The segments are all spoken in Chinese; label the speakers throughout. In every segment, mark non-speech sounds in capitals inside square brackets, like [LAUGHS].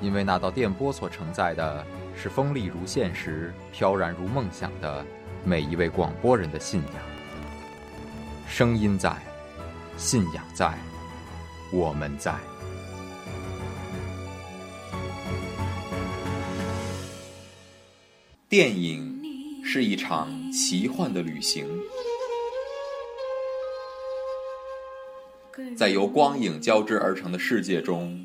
Speaker 1: 因为那道电波所承载的是锋利如现实、飘然如梦想的每一位广播人的信仰。声音在，信仰在，我们在。电影是一场奇幻的旅行。在由光影交织而成的世界中，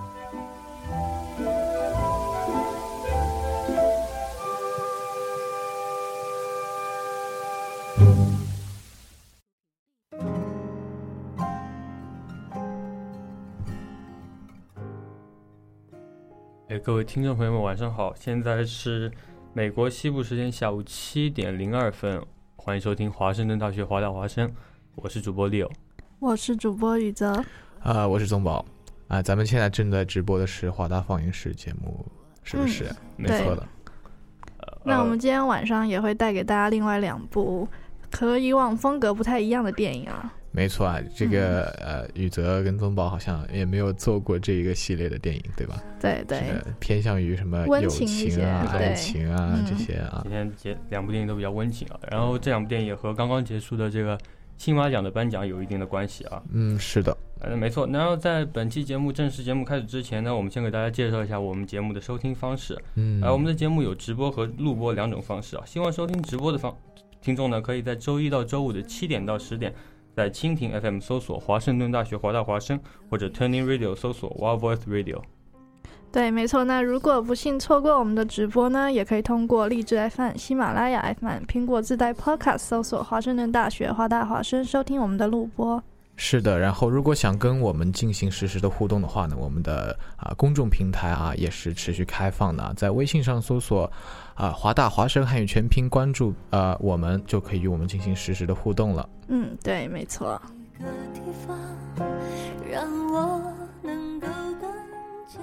Speaker 2: 哎，各位听众朋友们，晚上好！现在是美国西部时间下午七点零二分，欢迎收听华盛顿大学华大华生，我是主播 Leo。
Speaker 3: 我是主播雨泽，
Speaker 4: 啊、我是宗宝啊、咱们现在正在直播的是华大放映室节目，是不是？
Speaker 3: 嗯
Speaker 2: 没
Speaker 4: 没
Speaker 3: 对
Speaker 4: 错的。
Speaker 3: 那我们今天晚上也会带给大家另外两部和以往风格不太一样的电影啊。嗯
Speaker 4: 没错啊，这个、呃，宇泽跟宗宝好像也没有做过这一个系列的电影，对吧？
Speaker 3: 对对
Speaker 4: 是的，偏向于什么
Speaker 3: 温
Speaker 4: 友
Speaker 3: 情一
Speaker 4: 情啊、
Speaker 3: 些对
Speaker 4: 爱情啊、
Speaker 3: 嗯
Speaker 4: 这些啊
Speaker 2: 呃今。天节两部电影都比较温情啊，然后这两部电影也和刚刚结束的这个新马奖的颁奖有一定的关系啊。
Speaker 4: 嗯，是的，
Speaker 2: 呃，没错。然后在本期节目正式节目开始之前呢，我们先给大家介绍一下我们节目的收听方式。
Speaker 4: 嗯，
Speaker 2: 呃，我们的节目有直播和录播两种方式啊。希望收听直播的方听众呢，可以在周一到周五的七点到十点，在蜻蜓 FM 搜索华盛顿大学华大华声，或者 Turning Radio 搜索 Wild Voice Radio。
Speaker 3: 对，没错。那如果不幸错过我们的直播呢，也可以通过荔枝 FM、喜马拉雅 FM、苹果自带 Podcast 搜索华盛顿大学华大华生收听我们的录播。
Speaker 4: 是的，然后如果想跟我们进行实时的互动的话呢，我们的啊、公众平台啊也是持续开放的啊，在微信上搜索啊、华大华生汉语全拼，关注呃我们就可以与我们进行实时的互动了。
Speaker 3: 嗯，对，没错。
Speaker 5: 个地方，让我能够更坚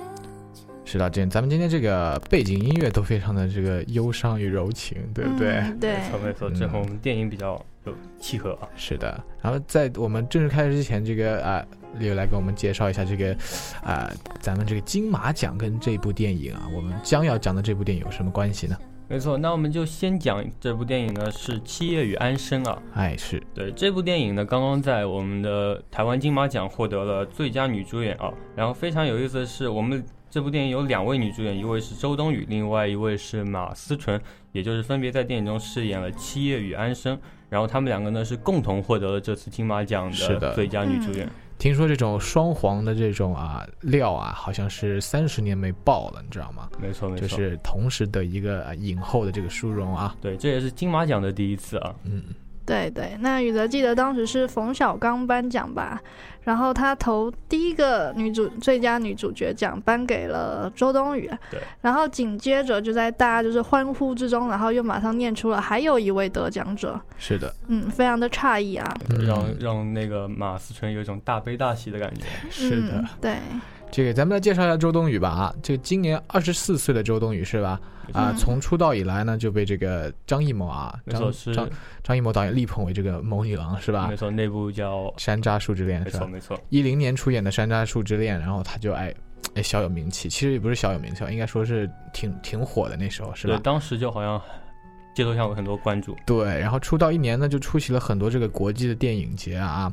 Speaker 5: 强。
Speaker 4: 是的，这咱们今天这个背景音乐都非常的这个忧伤与柔情，对不对？
Speaker 3: 嗯对
Speaker 2: 没错没错，这和我们电影比较有契合啊。
Speaker 4: 是的。然后在我们正式开始之前，这个啊，刘、来给我们介绍一下这个啊、咱们这个金马奖跟这部电影啊，我们将要讲的这部电影有什么关系呢？
Speaker 2: 没错，那我们就先讲这部电影呢是《七夜与安生》啊。
Speaker 4: 哎，是
Speaker 2: 对，这部电影呢刚刚在我们的台湾金马奖获得了最佳女主演啊。然后非常有意思的是，我们这部电影有两位女主演，一位是周冬雨，另外一位是马思纯，也就是分别在电影中饰演了七夜与安生。然后他们两个呢是共同获得了这次金马奖
Speaker 4: 是的
Speaker 2: 最佳女
Speaker 3: 嗯
Speaker 2: 主演。
Speaker 4: 听说这种双黄的这种啊料啊，好像是三十年没爆了，你知道吗？
Speaker 2: 没错，没错，
Speaker 4: 就是同时的一个、啊影后的这个殊荣啊，
Speaker 2: 对，这也是金马奖的第一次啊。
Speaker 4: 嗯，
Speaker 3: 对对，那宇泽记得当时是冯小刚颁奖吧，然后他投第一个女主最佳女主角奖颁给了周冬雨，
Speaker 2: 对，
Speaker 3: 然后紧接着就在大家就是欢呼之中，然后又马上念出了还有一位得奖者，
Speaker 4: 是的，
Speaker 3: 嗯，非常的诧异啊，
Speaker 4: 嗯
Speaker 2: 让让那个马思纯有一种大悲大喜的感觉。
Speaker 4: 是的。
Speaker 3: 嗯、对，
Speaker 4: 这个咱们来介绍一下周冬雨吧啊，这个今年二十四岁的周冬雨是吧？啊、
Speaker 3: 嗯
Speaker 4: 从出道以来呢，就被这个张艺谋啊，
Speaker 2: 没
Speaker 4: 张
Speaker 2: 错是，
Speaker 4: 张张艺谋导演力捧为这个谋女郎是吧
Speaker 2: 没？错，内部叫，
Speaker 4: 山楂树之恋
Speaker 2: 没
Speaker 4: 是
Speaker 2: 错
Speaker 4: 吧？
Speaker 2: 没错，
Speaker 4: 一零年出演的《山楂树之恋》，然后他就哎哎小有名气，其实也不是小有名气，应该说是挺挺火的那时候是吧
Speaker 2: 对，？当时就好像街头上有很多关注，
Speaker 4: 对，然后出道一年呢，就出席了很多这个国际的电影节啊，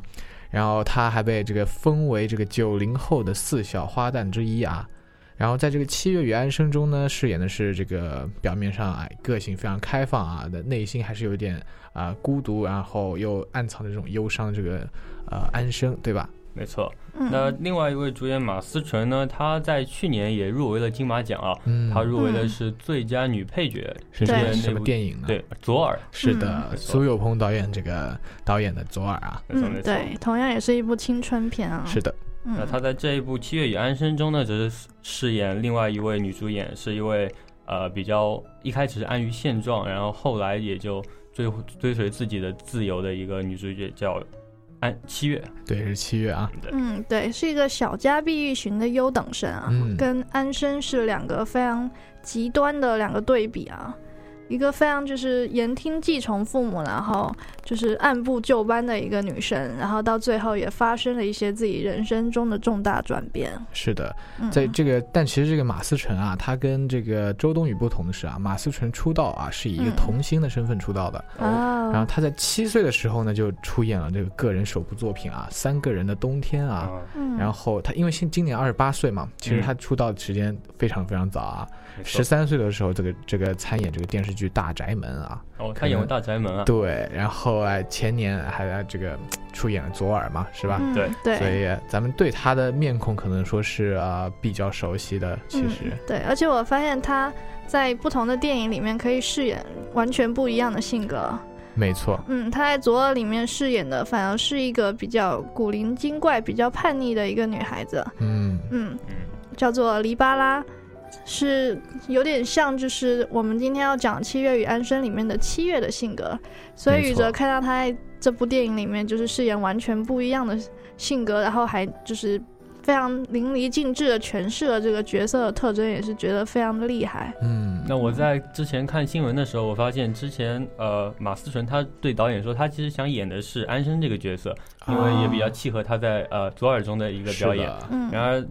Speaker 4: 然后他还被这个封为这个九零后的四小花旦之一啊。然后在这个《七月与安生》中呢，饰演的是这个表面上哎个性非常开放啊的，内心还是有一点啊、孤独，然后又暗藏着这种忧伤的这个呃安生，对吧？
Speaker 2: 没错。
Speaker 3: 嗯
Speaker 2: 那另外一位主演马思纯呢，她在去年也入围了金马奖啊，
Speaker 4: 嗯，
Speaker 2: 她入围的
Speaker 3: 嗯
Speaker 2: 是最佳女配角，
Speaker 4: 是
Speaker 3: 对
Speaker 4: 这个
Speaker 2: 那
Speaker 4: 什么
Speaker 2: 部
Speaker 4: 电影呢？，
Speaker 2: 对，左耳，
Speaker 4: 是的，
Speaker 2: 嗯
Speaker 4: 苏有朋导演这个导演的《左耳》啊，
Speaker 2: 没错没
Speaker 3: 嗯，
Speaker 2: 错。
Speaker 3: 对，同样也是一部青春片啊。
Speaker 4: 是的，
Speaker 3: 嗯，
Speaker 2: 那她在这一部《七月与安生》中呢，则是饰演另外一位女主演，是一位呃比较一开始是安于现状，然后后来也就追追随自己的自由的一个女主角，叫安七月。
Speaker 4: 对，是七月啊，
Speaker 2: 对，
Speaker 3: 嗯，对，是一个小家碧玉型的优等生啊，
Speaker 4: 嗯
Speaker 3: 跟安生是两个非常极端的两个对比啊，一个非常就是言听计从父母，然后就是按部就班的一个女生，然后到最后也发生了一些自己人生中的重大转变。
Speaker 4: 是的，
Speaker 3: 嗯，
Speaker 4: 在这个，但其实这个马思纯啊，她跟这个周冬雨不同的是啊，马思纯出道啊是以一个
Speaker 3: 嗯
Speaker 4: 童星的身份出道的，
Speaker 3: 啊，
Speaker 4: 哦然后她在七岁的时候呢就出演了这个个人首部作品啊《三个人的冬天》啊，
Speaker 2: 啊，
Speaker 3: 嗯，
Speaker 4: 然后她因为现今年二十八岁嘛，其实
Speaker 2: 嗯
Speaker 4: 她出道的时间非常非常早啊，
Speaker 2: 没错
Speaker 4: 十三岁的时候这个这个参演这个电视剧《大宅门》啊，
Speaker 2: 哦，
Speaker 4: 可
Speaker 2: 她演过
Speaker 4: 能
Speaker 2: 《大宅门》啊，
Speaker 4: 嗯对，然后哎前年还哎这个出演了左耳嘛，是吧？
Speaker 3: 嗯
Speaker 2: 对
Speaker 3: 对，
Speaker 4: 所以哎咱们对她的面孔可能说是啊、呃比较熟悉的，其实。
Speaker 3: 嗯、对，而且我发现他在不同的电影里面可以饰演完全不一样的性格。
Speaker 4: 没错，
Speaker 3: 嗯，他在《左耳》里面饰演的反而是一个比较古灵精怪、比较叛逆的一个女孩子，
Speaker 4: 嗯，
Speaker 3: 嗯，
Speaker 2: 嗯，
Speaker 3: 叫做黎巴拉，是有点像就是我们今天要讲《七月与安生》里面的七月的性格，所以
Speaker 4: 没
Speaker 3: 宇
Speaker 4: 错
Speaker 3: 哲看到他在这部电影里面就是饰演完全不一样的性格，然后还就是非常淋漓尽致的诠释了这个角色的特征，也是觉得非常的厉害。
Speaker 4: 嗯，
Speaker 2: 那我在之前看新闻的时候，我发现之前呃，马思纯她对导演说，她其实想演的是安生这个角色，因为也比较契合她在呃左耳中的一个表演。
Speaker 3: 嗯，
Speaker 2: 然而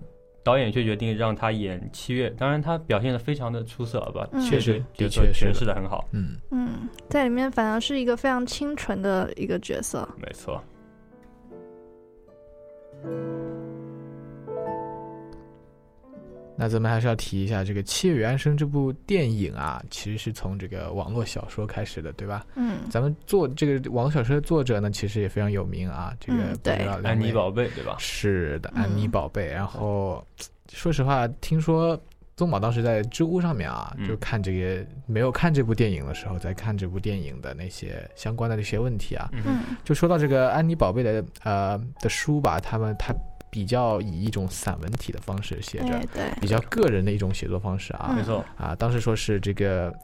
Speaker 2: 导演却决定让她演七月，当然她表现的非常的出色吧，
Speaker 3: 嗯
Speaker 2: 确实
Speaker 4: 确
Speaker 2: 角色
Speaker 4: 实的确是的
Speaker 2: 诠释的很好，
Speaker 4: 嗯，
Speaker 3: 嗯，在里面反而是一个非常清纯的一个角色。
Speaker 2: 没错。
Speaker 4: 那咱们还是要提一下这个《七月与安生》这部电影啊，其实是从这个网络小说开始的，对吧？
Speaker 3: 嗯，
Speaker 4: 咱们作这个网络小说的作者呢，其实也非常有名啊，这个
Speaker 3: 嗯
Speaker 4: 不知道两位
Speaker 2: 安妮宝贝对吧？
Speaker 4: 是的，
Speaker 3: 嗯
Speaker 4: 安妮宝贝。然后说实话，听说。宗宝当时在知乎上面啊，
Speaker 2: 嗯
Speaker 4: 就看这个没有看这部电影的时候，在看这部电影的那些相关的这些问题啊，
Speaker 2: 嗯
Speaker 3: 嗯，
Speaker 4: 就说到这个安妮宝贝的呃的书吧，他们他比较以一种散文体的方式写着
Speaker 3: 哎，嗯对，
Speaker 4: 比较个人的一种写作方式啊
Speaker 2: 没错，
Speaker 4: 啊，当时说是这个嘖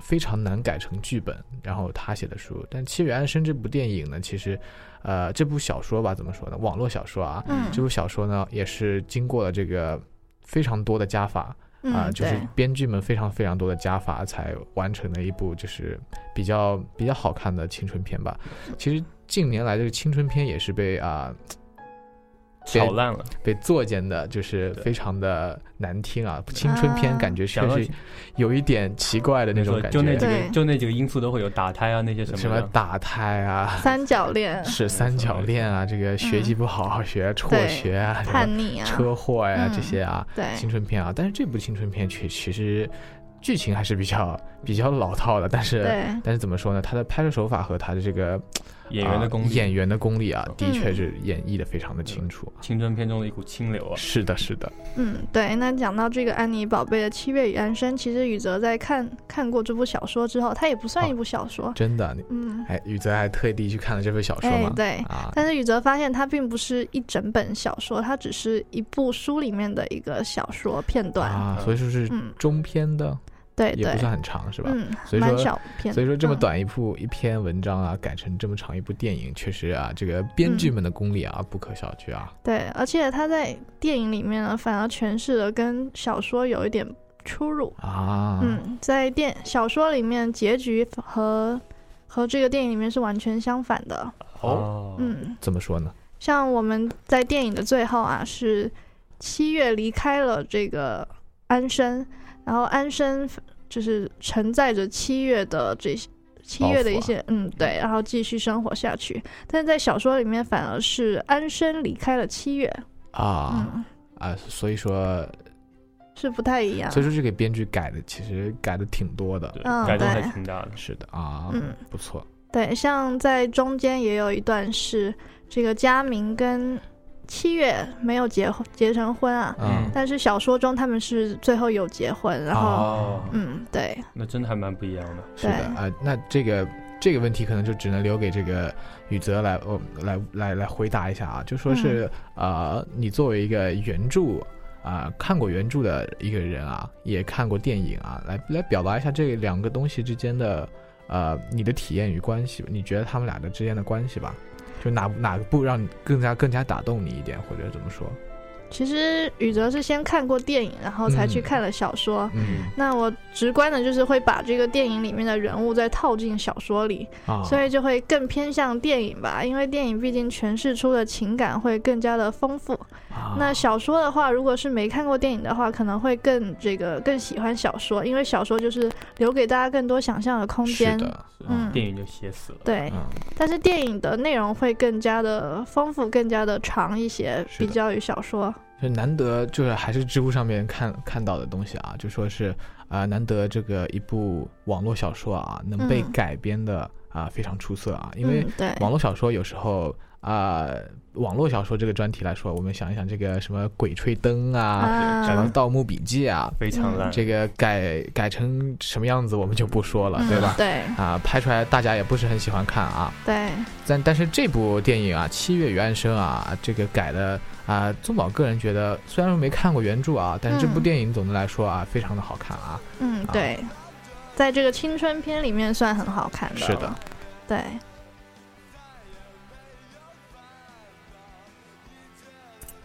Speaker 4: 非常难改成剧本，然后他写的书。但《七月安生》这部电影呢，其实呃这部小说吧，怎么说呢？网络小说啊，
Speaker 3: 嗯
Speaker 4: 这部小说呢也是经过了这个非常多的加法，啊、
Speaker 3: 嗯，
Speaker 4: 就是
Speaker 3: 对，
Speaker 4: 编剧们非常非常多的加法才完成的一部就是比较比较好看的青春片吧。其实近年来这个青春片也是被啊、嗯
Speaker 2: 炒烂了，
Speaker 4: 被作践的，就是非常的难听啊。青春片
Speaker 3: 啊
Speaker 4: 感觉
Speaker 2: 想
Speaker 4: 确
Speaker 2: 要
Speaker 4: 实有一点奇怪的那种感觉，
Speaker 2: 就那几个
Speaker 3: 对
Speaker 2: 就那几个因素都会有打胎啊那些什
Speaker 4: 什
Speaker 2: 么
Speaker 4: 么
Speaker 2: 的，
Speaker 4: 打胎啊，
Speaker 2: [LAUGHS]
Speaker 3: 三角恋、
Speaker 4: 是三角恋啊，这个学习不好好学，辍
Speaker 3: 对
Speaker 4: 学啊，什么
Speaker 3: 叛逆啊，
Speaker 4: 车祸呀、这
Speaker 3: 嗯
Speaker 4: 些啊。
Speaker 3: 对，
Speaker 4: 青春片啊，但是这部青春片其其实剧情还是比较比较老套的，但是
Speaker 3: 对，
Speaker 4: 但是怎么说呢？它的拍摄手法和它的这个
Speaker 2: 演员的
Speaker 4: 啊
Speaker 2: 功力，
Speaker 4: 演员的功力啊，的确
Speaker 3: 嗯
Speaker 4: 是演绎的非常的清楚。
Speaker 2: 青春片中的一股清流啊，
Speaker 4: 是的，是的，
Speaker 3: 嗯，对。那讲到这个安妮宝贝的《七月与安生》，其实宇哲在看看过这部小说之后，它也不算
Speaker 4: 哦
Speaker 3: 一部小说，
Speaker 4: 真的。你
Speaker 3: 嗯，
Speaker 4: 哎，宇泽还特地去看了这本小说
Speaker 3: 哎
Speaker 4: 嘛？，
Speaker 3: 对。
Speaker 4: 啊，
Speaker 3: 但是宇哲发现，它并不是一整本小说，它只是一部书里面的一个小说片段。
Speaker 4: 啊，所以说是
Speaker 3: 嗯，
Speaker 4: 中篇的，
Speaker 3: 对
Speaker 4: 也
Speaker 3: 对
Speaker 4: 不，算很长，是吧？
Speaker 3: 嗯
Speaker 4: 所，以
Speaker 3: 蛮
Speaker 4: 说
Speaker 3: 小片，
Speaker 4: 所以说这么
Speaker 3: 嗯，
Speaker 4: 短一部一篇文章啊，改成这么长一部电影，确实啊，这个编剧们的功力啊，不可小觑啊。
Speaker 3: 对，而且他在电影里面呢，反而诠释了跟小说有一点出入。
Speaker 4: 啊，
Speaker 3: 嗯，在电小说里面，结局和和这个电影里面是完全相反的。
Speaker 2: 哦，
Speaker 3: 嗯，
Speaker 4: 怎么说呢？
Speaker 3: 像我们在电影的最后啊，是七月离开了这个安生，然后安生就是承载着七月的这些。七月的一
Speaker 4: 啊
Speaker 3: 些，嗯，对，然后继续生活下去。但是在小说里面，反而是安生离开了七月，
Speaker 4: 啊、
Speaker 3: 嗯，
Speaker 4: 啊，所以说，
Speaker 3: 是不太一样。
Speaker 4: 所以说这个编剧改的其实改的挺多的。
Speaker 2: 对，
Speaker 3: 嗯
Speaker 2: 改动还
Speaker 3: 对
Speaker 2: 挺大的。
Speaker 4: 是的啊，
Speaker 3: 嗯
Speaker 4: 不错
Speaker 3: 对，像在中间也有一段是这个佳明跟七月没有结婚结成婚啊，
Speaker 4: 啊
Speaker 2: 嗯。
Speaker 3: 但是小说中他们是最后有结婚，然后、
Speaker 4: 哦，
Speaker 3: 嗯，对
Speaker 2: 那真的还蛮不一样的。
Speaker 4: 是的啊、那这个这个问题可能就只能留给这个宇泽来，我、来来来回答一下啊，就
Speaker 3: 嗯
Speaker 4: 说是、呃，你作为一个原著啊、看过原著的一个人啊，也看过电影啊，来来表达一下这两个东西之间的呃你的体验与关系，你觉得他们俩的之间的关系吧？就哪哪个部让你更加更加打动你一点，或者怎么说？
Speaker 3: 其实宇哲是先看过电影，然后才去
Speaker 4: 嗯
Speaker 3: 看了小说。
Speaker 4: 嗯
Speaker 3: 那我直观的就是会把这个电影里面的人物再套进小说里，
Speaker 4: 啊，
Speaker 3: 嗯所以就会更偏向电影吧，因为电影毕竟诠释出的情感会更加的丰富。
Speaker 4: 啊
Speaker 3: 那小说的话，如果是没看过电影的话，可能会更这个更喜欢小说，因为小说就是留给大家更多想象的空
Speaker 4: 是
Speaker 3: 间。
Speaker 4: 的，
Speaker 3: 嗯
Speaker 2: 电影就写死了。
Speaker 3: 对，
Speaker 4: 嗯
Speaker 3: 但是电影的内容会更加的丰富，更加的长一些，
Speaker 4: 是的
Speaker 3: 比较于小说。
Speaker 4: 就难得就是还是知乎上面看看到的东西啊，就说是啊、呃难得这个一部网络小说啊能被
Speaker 3: 嗯
Speaker 4: 改编的啊、非常出色啊，因为
Speaker 3: 嗯、对，
Speaker 4: 网络小说有时候啊、呃网络小说这个专题来说，我们想一想这个什么《鬼吹灯》啊，
Speaker 3: 啊
Speaker 4: 什么《盗墓笔记》啊，
Speaker 2: 非常烂，
Speaker 4: 这个改改成什么样子我们就不说了，
Speaker 3: 嗯
Speaker 4: 对吧？
Speaker 3: 对
Speaker 4: 啊，拍出来大家也不是很喜欢看啊，
Speaker 3: 对，
Speaker 4: 但但是这部电影啊，《七月与安生》啊，这个改的啊，宗宝个人觉得，虽然说没看过原著啊，但是这部
Speaker 3: 嗯
Speaker 4: 电影总的来说啊，非常的好看啊。
Speaker 3: 嗯
Speaker 4: 啊
Speaker 3: 对，在这个青春片里面算很好看的。
Speaker 4: 是的，
Speaker 3: 对。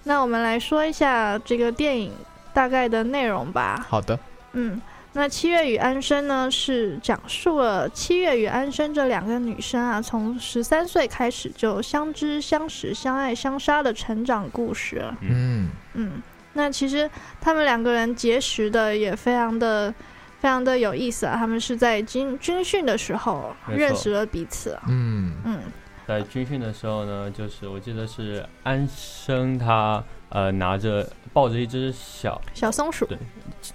Speaker 3: 那我们来说一下这个电影大概的内容吧。
Speaker 4: 好的，
Speaker 3: 嗯，那《七月与安生》呢，是讲述了七月与安生这两个女生啊，从十三岁开始就相知、相识、相爱、相杀的成长故事。
Speaker 4: 嗯
Speaker 3: 嗯，那其实他们两个人结识的也非常的、非常的有意思啊。他们是在军军训的时候
Speaker 2: 没错
Speaker 3: 认识了彼此。
Speaker 4: 嗯
Speaker 3: 嗯，
Speaker 2: 在军训的时候呢，就是我记得是安生他呃拿着抱着一只小
Speaker 3: 小松鼠。
Speaker 2: 对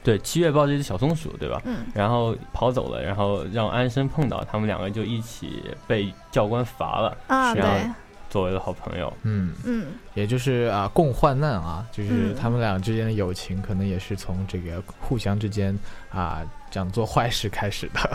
Speaker 2: 对七月抱着一只小松鼠对吧？
Speaker 3: 嗯，
Speaker 2: 然后跑走了，然后让安生碰到，他们两个就一起被教官罚了，
Speaker 3: 啊，
Speaker 2: 是
Speaker 3: 对
Speaker 2: 啊，作为了好朋友。
Speaker 4: 嗯，
Speaker 3: 嗯，
Speaker 4: 也就是啊，共患难啊，就是
Speaker 3: 嗯
Speaker 4: 他们俩之间的友情，可能也是从这个互相之间啊，讲做坏事开始的。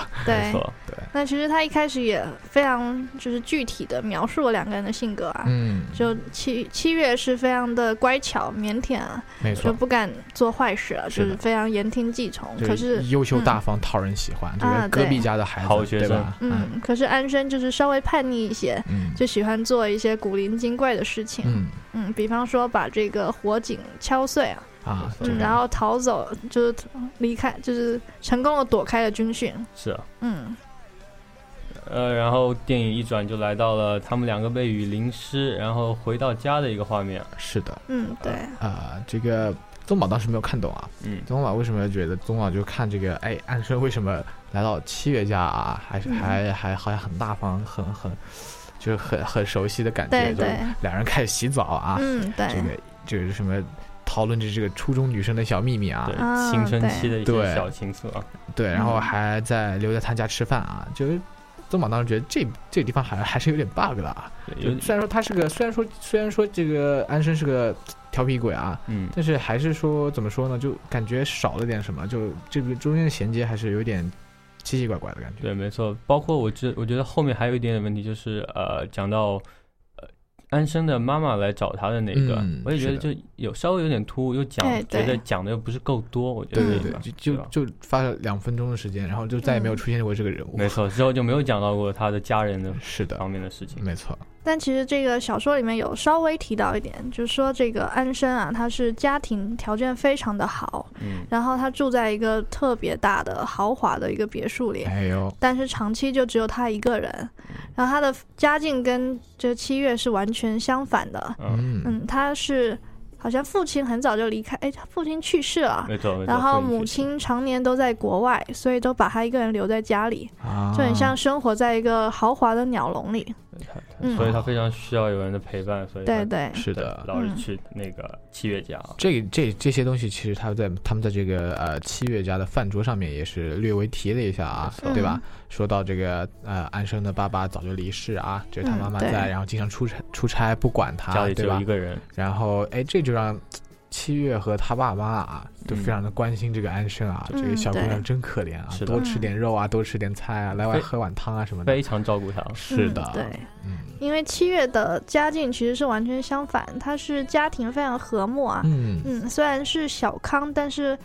Speaker 3: 对。
Speaker 2: 没错，
Speaker 3: 那其实他一开始也非常就是具体的描述了两个人的性格啊。
Speaker 4: 嗯，
Speaker 3: 就七七月是非常的乖巧腼腆啊，
Speaker 4: 没
Speaker 3: 就
Speaker 4: 错，
Speaker 3: 不敢做坏事啊，
Speaker 4: 是的
Speaker 3: 就是非常言听计从。
Speaker 4: 就
Speaker 3: 可是，嗯
Speaker 4: 优秀大方，讨人喜欢，这
Speaker 3: 啊
Speaker 4: 个隔壁
Speaker 3: 对
Speaker 4: 家的孩子，
Speaker 2: 好学
Speaker 4: 对
Speaker 2: 生
Speaker 4: 吧？嗯
Speaker 3: 嗯，可是安生就是稍微叛逆一些，
Speaker 4: 嗯
Speaker 3: 就喜欢做一些古灵精怪的事情。
Speaker 4: 嗯
Speaker 3: 嗯，比方说把这个火警敲碎啊，
Speaker 4: 啊，这
Speaker 3: 嗯，
Speaker 4: 个
Speaker 3: 然后逃走，就是离开，就是成功的躲开了军训。
Speaker 2: 是啊。
Speaker 3: 嗯，
Speaker 2: 呃，然后电影一转就来到了他们两个被雨淋湿，然后回到家的一个画面。
Speaker 4: 是的。
Speaker 3: 嗯，对，
Speaker 4: 啊、这个宗宝当时没有看懂啊。
Speaker 2: 嗯，
Speaker 4: 宗宝为什么觉得宗宝就看这个？哎，安生为什么来到七月家啊？还是
Speaker 3: 嗯
Speaker 4: 还还好像很大方，很很就是很很熟悉的感觉。
Speaker 3: 对
Speaker 4: 就
Speaker 3: 对，
Speaker 4: 两人开始洗澡啊，
Speaker 3: 嗯，对，
Speaker 4: 这个就是什么讨论着这个初中女生的小秘密啊
Speaker 2: 对。，
Speaker 3: 啊
Speaker 2: 青春期的一
Speaker 4: 对
Speaker 2: 些小情愫啊。
Speaker 4: 对，然
Speaker 3: 嗯
Speaker 4: 后还在留在他家吃饭啊，就是。宗宝当时觉得这这个地方还还是有点 bug 的啊，
Speaker 2: 对，
Speaker 4: 就
Speaker 2: 有
Speaker 4: 虽然说他是个虽然说虽然说这个安生是个调皮鬼啊，
Speaker 2: 嗯，
Speaker 4: 但是还是说怎么说呢，就感觉少了点什么，就这个中间的衔接还是有点奇奇怪怪的感觉。
Speaker 2: 对，没错。包括我这，我觉得后面还有一点点问题，就是呃，讲到呃安生的妈妈来找他的那一段，
Speaker 4: 嗯
Speaker 2: 我也觉得
Speaker 4: 是
Speaker 2: 就有稍微有点突兀，又讲、
Speaker 3: 哎对
Speaker 2: 觉得讲的又不是够多，我觉得
Speaker 4: 对对
Speaker 2: 这一
Speaker 4: 对
Speaker 2: 段，
Speaker 4: 就
Speaker 2: 吧
Speaker 4: 就就花了两分钟的时间，然后就再也没有出现过这个人物。
Speaker 2: 没，错，之后就没有讲到过他的家人的
Speaker 4: 是的，
Speaker 2: 方面的事情。
Speaker 4: 没错，
Speaker 3: 但其实这个小说里面有稍微提到一点，就是说这个安生啊，他是家庭条件非常的好，
Speaker 2: 嗯，
Speaker 3: 然后他住在一个特别大的豪华的一个别墅里，
Speaker 4: 哎呦，
Speaker 3: 但是长期就只有他一个人，然后他的家境跟这七月是完全相反的。
Speaker 2: 嗯，
Speaker 4: 嗯，
Speaker 3: 嗯，他是好像父亲很早就离开，哎，他父亲去世了，
Speaker 2: 没错没错。
Speaker 3: 然后
Speaker 2: 所以
Speaker 3: 母亲常年都在国外，所以都把他一个人留在家里，
Speaker 4: 啊，
Speaker 3: 嗯就很像生活在一个豪华的鸟笼里。
Speaker 2: 他，
Speaker 3: 嗯
Speaker 2: 所以他非常需要有人的陪伴，所以
Speaker 3: 对
Speaker 2: 他
Speaker 3: 对，
Speaker 4: 是的，
Speaker 2: 老是
Speaker 3: 嗯
Speaker 2: 去那个七月家。
Speaker 4: 这这这些东西，其实他在他们在这个呃七月家的饭桌上面也是略微提了一下啊，
Speaker 3: 没错
Speaker 4: 对吧？说到这个呃安生的爸爸早就离世啊，这个
Speaker 3: 嗯
Speaker 4: 他妈妈
Speaker 3: 对
Speaker 4: 在，然后经常出差出差不管他
Speaker 2: 家，里只
Speaker 4: 啊对
Speaker 2: 有
Speaker 4: 吧
Speaker 2: 一？个人，
Speaker 4: 然后哎，这就让七月和他爸妈啊，都非常的关心这个安生啊，
Speaker 3: 嗯
Speaker 4: 这个小姑娘
Speaker 3: 对
Speaker 4: 真可怜啊，
Speaker 2: 是的
Speaker 4: 多吃点肉啊，多吃点菜啊，来碗
Speaker 2: 非
Speaker 4: 喝碗汤啊什么的
Speaker 2: 非。常照顾他。
Speaker 4: 是的
Speaker 3: 嗯，，对，
Speaker 4: 嗯
Speaker 3: 因为七月的家境其实是完全相反，他是家庭非常和睦啊，
Speaker 4: 嗯
Speaker 3: 嗯，虽然是小康，但是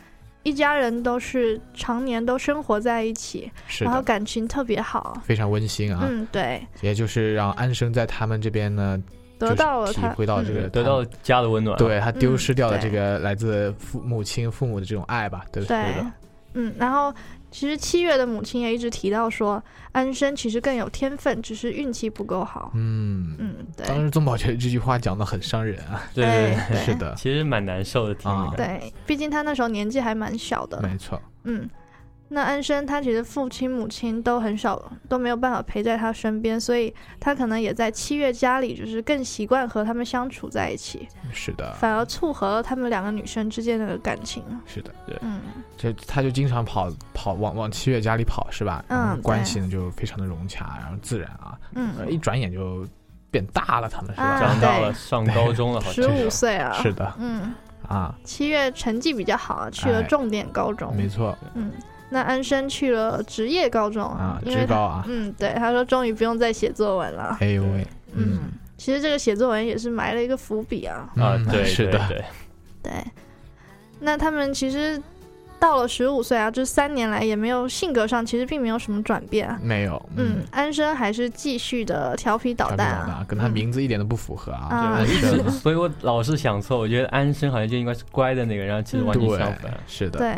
Speaker 3: 一家人都是常年都生活在一起，
Speaker 4: 是
Speaker 3: 然后
Speaker 4: 的，
Speaker 3: 感情特别好。
Speaker 4: 非常温馨啊，
Speaker 3: 嗯，对，
Speaker 4: 也就是让安生在他们这边呢，就
Speaker 3: 得
Speaker 4: 是
Speaker 3: 到了
Speaker 4: 体
Speaker 3: 他
Speaker 4: 会到这
Speaker 3: 嗯
Speaker 4: 个
Speaker 2: 得到家的温暖。，啊
Speaker 4: 对他丢
Speaker 3: 嗯
Speaker 4: 失掉的这
Speaker 3: 对
Speaker 4: 个来自父母亲父母的这种爱吧，对不对？
Speaker 3: 对，嗯，然后其实七月的母亲也一直提到说，安生其实更有天分，只是运气不够好。
Speaker 4: 嗯，
Speaker 3: 嗯，对，
Speaker 4: 当时宗保觉得这句话讲的很伤人啊，
Speaker 2: 对对
Speaker 3: 哎
Speaker 2: 对，
Speaker 4: 是的，
Speaker 2: 其实蛮难受的，听
Speaker 4: 啊
Speaker 2: 着。
Speaker 3: 对，毕竟他那时候年纪还蛮小的。
Speaker 4: 没错，
Speaker 3: 嗯，那安生他其实父亲母亲都很少，都没有办法陪在他身边，所以他可能也在七月家里就是更习惯和他们相处在一起，
Speaker 4: 是的，
Speaker 3: 反而促合了他们两个女生之间的感情。
Speaker 4: 是的，
Speaker 3: 嗯，
Speaker 4: 就他就经常跑跑往往七月家里跑是吧？然后
Speaker 3: 嗯
Speaker 4: 关
Speaker 3: 对
Speaker 4: 系呢就非常的融洽，然后自然啊，呃一
Speaker 3: 嗯，
Speaker 4: 转眼就变大了，他们是
Speaker 3: 啊
Speaker 4: 吧？
Speaker 2: 长大
Speaker 3: 对
Speaker 2: 了，上高中了，好
Speaker 3: 十
Speaker 2: 像
Speaker 3: 五岁啊，
Speaker 4: [LAUGHS] 是的
Speaker 3: 嗯，
Speaker 4: 啊，
Speaker 3: 七月成绩比较好，啊去了
Speaker 4: 哎
Speaker 3: 重点高中。
Speaker 4: 没错
Speaker 3: 嗯，那安生去了职业高中
Speaker 4: 啊，
Speaker 3: 因
Speaker 4: 职
Speaker 3: 为他
Speaker 4: 高啊，
Speaker 3: 嗯，对，他说终于不用再写作文了。
Speaker 4: 哎呦喂，
Speaker 3: 嗯，其实这个写作文也是埋了一个伏笔啊。
Speaker 2: 啊，
Speaker 4: 嗯
Speaker 2: 对，
Speaker 4: 是
Speaker 2: 对
Speaker 4: 的，
Speaker 2: 对，
Speaker 3: 对，那他们其实到了十五岁啊，这三年来也没有性格上其实并没有什么转变啊。
Speaker 4: 没有，
Speaker 3: 嗯，，安生还是继续的调皮
Speaker 4: 调
Speaker 3: 捣
Speaker 4: 皮
Speaker 3: 蛋
Speaker 4: 捣
Speaker 3: 啊，
Speaker 4: 蛋，跟他
Speaker 3: 嗯
Speaker 4: 名字一点都不符合啊，
Speaker 3: 啊
Speaker 2: [LAUGHS]
Speaker 4: 安生 [LAUGHS] 啊
Speaker 2: 所以我老是想错，我觉得安生好像就应该是乖的那个，然后其实完全相
Speaker 4: 对
Speaker 2: 反。，
Speaker 4: 是的，
Speaker 3: 对，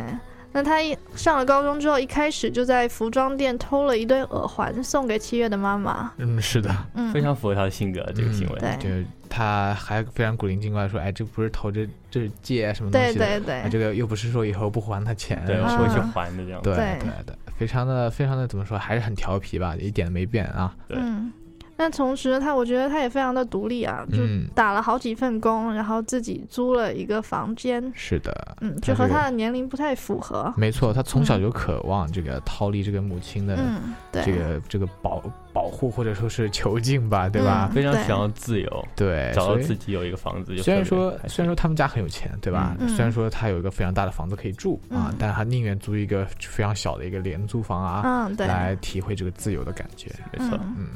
Speaker 3: 那他一上了高中之后，一开始就在服装店偷了一对耳环送给七月的妈妈。
Speaker 4: 嗯，是的。
Speaker 3: 嗯，
Speaker 2: 非常符合他的性格这个行为。
Speaker 3: 对
Speaker 4: 就是他还非常古灵精怪说，哎，这不是投这这是借什么东
Speaker 3: 对
Speaker 4: 西的，
Speaker 3: 对
Speaker 4: 哎
Speaker 3: 对
Speaker 4: 这个又不是说以后不还他钱，
Speaker 2: 对，我
Speaker 4: 是
Speaker 3: 啊
Speaker 2: 会去还的这样。
Speaker 4: 对
Speaker 3: 对
Speaker 4: 对对，非常的非常的怎么说，还是很调皮吧，一点都没变啊，
Speaker 2: 对
Speaker 3: 嗯，那同时呢他我觉得他也非常的独立啊，就
Speaker 4: 嗯
Speaker 3: 打了好几份工，然后自己租了一个房间，
Speaker 4: 是的，
Speaker 3: 嗯，就
Speaker 4: 他
Speaker 3: 和
Speaker 4: 这个
Speaker 3: 他的年龄不太符合。
Speaker 4: 没错，他从小就渴望这个逃离这个母亲的
Speaker 3: 嗯，对，
Speaker 4: 这个这个保保护或者说是囚禁吧，对吧
Speaker 3: 嗯？
Speaker 2: 非常
Speaker 3: 对
Speaker 2: 想要自由，
Speaker 4: 对，
Speaker 2: 找到
Speaker 4: 所以
Speaker 2: 自己有一个房子就特别开心。
Speaker 4: 虽然说虽然说他们家很有钱，对吧？
Speaker 3: 嗯
Speaker 4: 虽然说他有一个非常大的房子可以住啊
Speaker 3: 嗯，
Speaker 4: 但他宁愿租一个非常小的一个廉租房啊，
Speaker 3: 嗯，对，
Speaker 4: 来体会这个自由的感觉。
Speaker 2: 没错，
Speaker 3: 嗯，
Speaker 4: 嗯，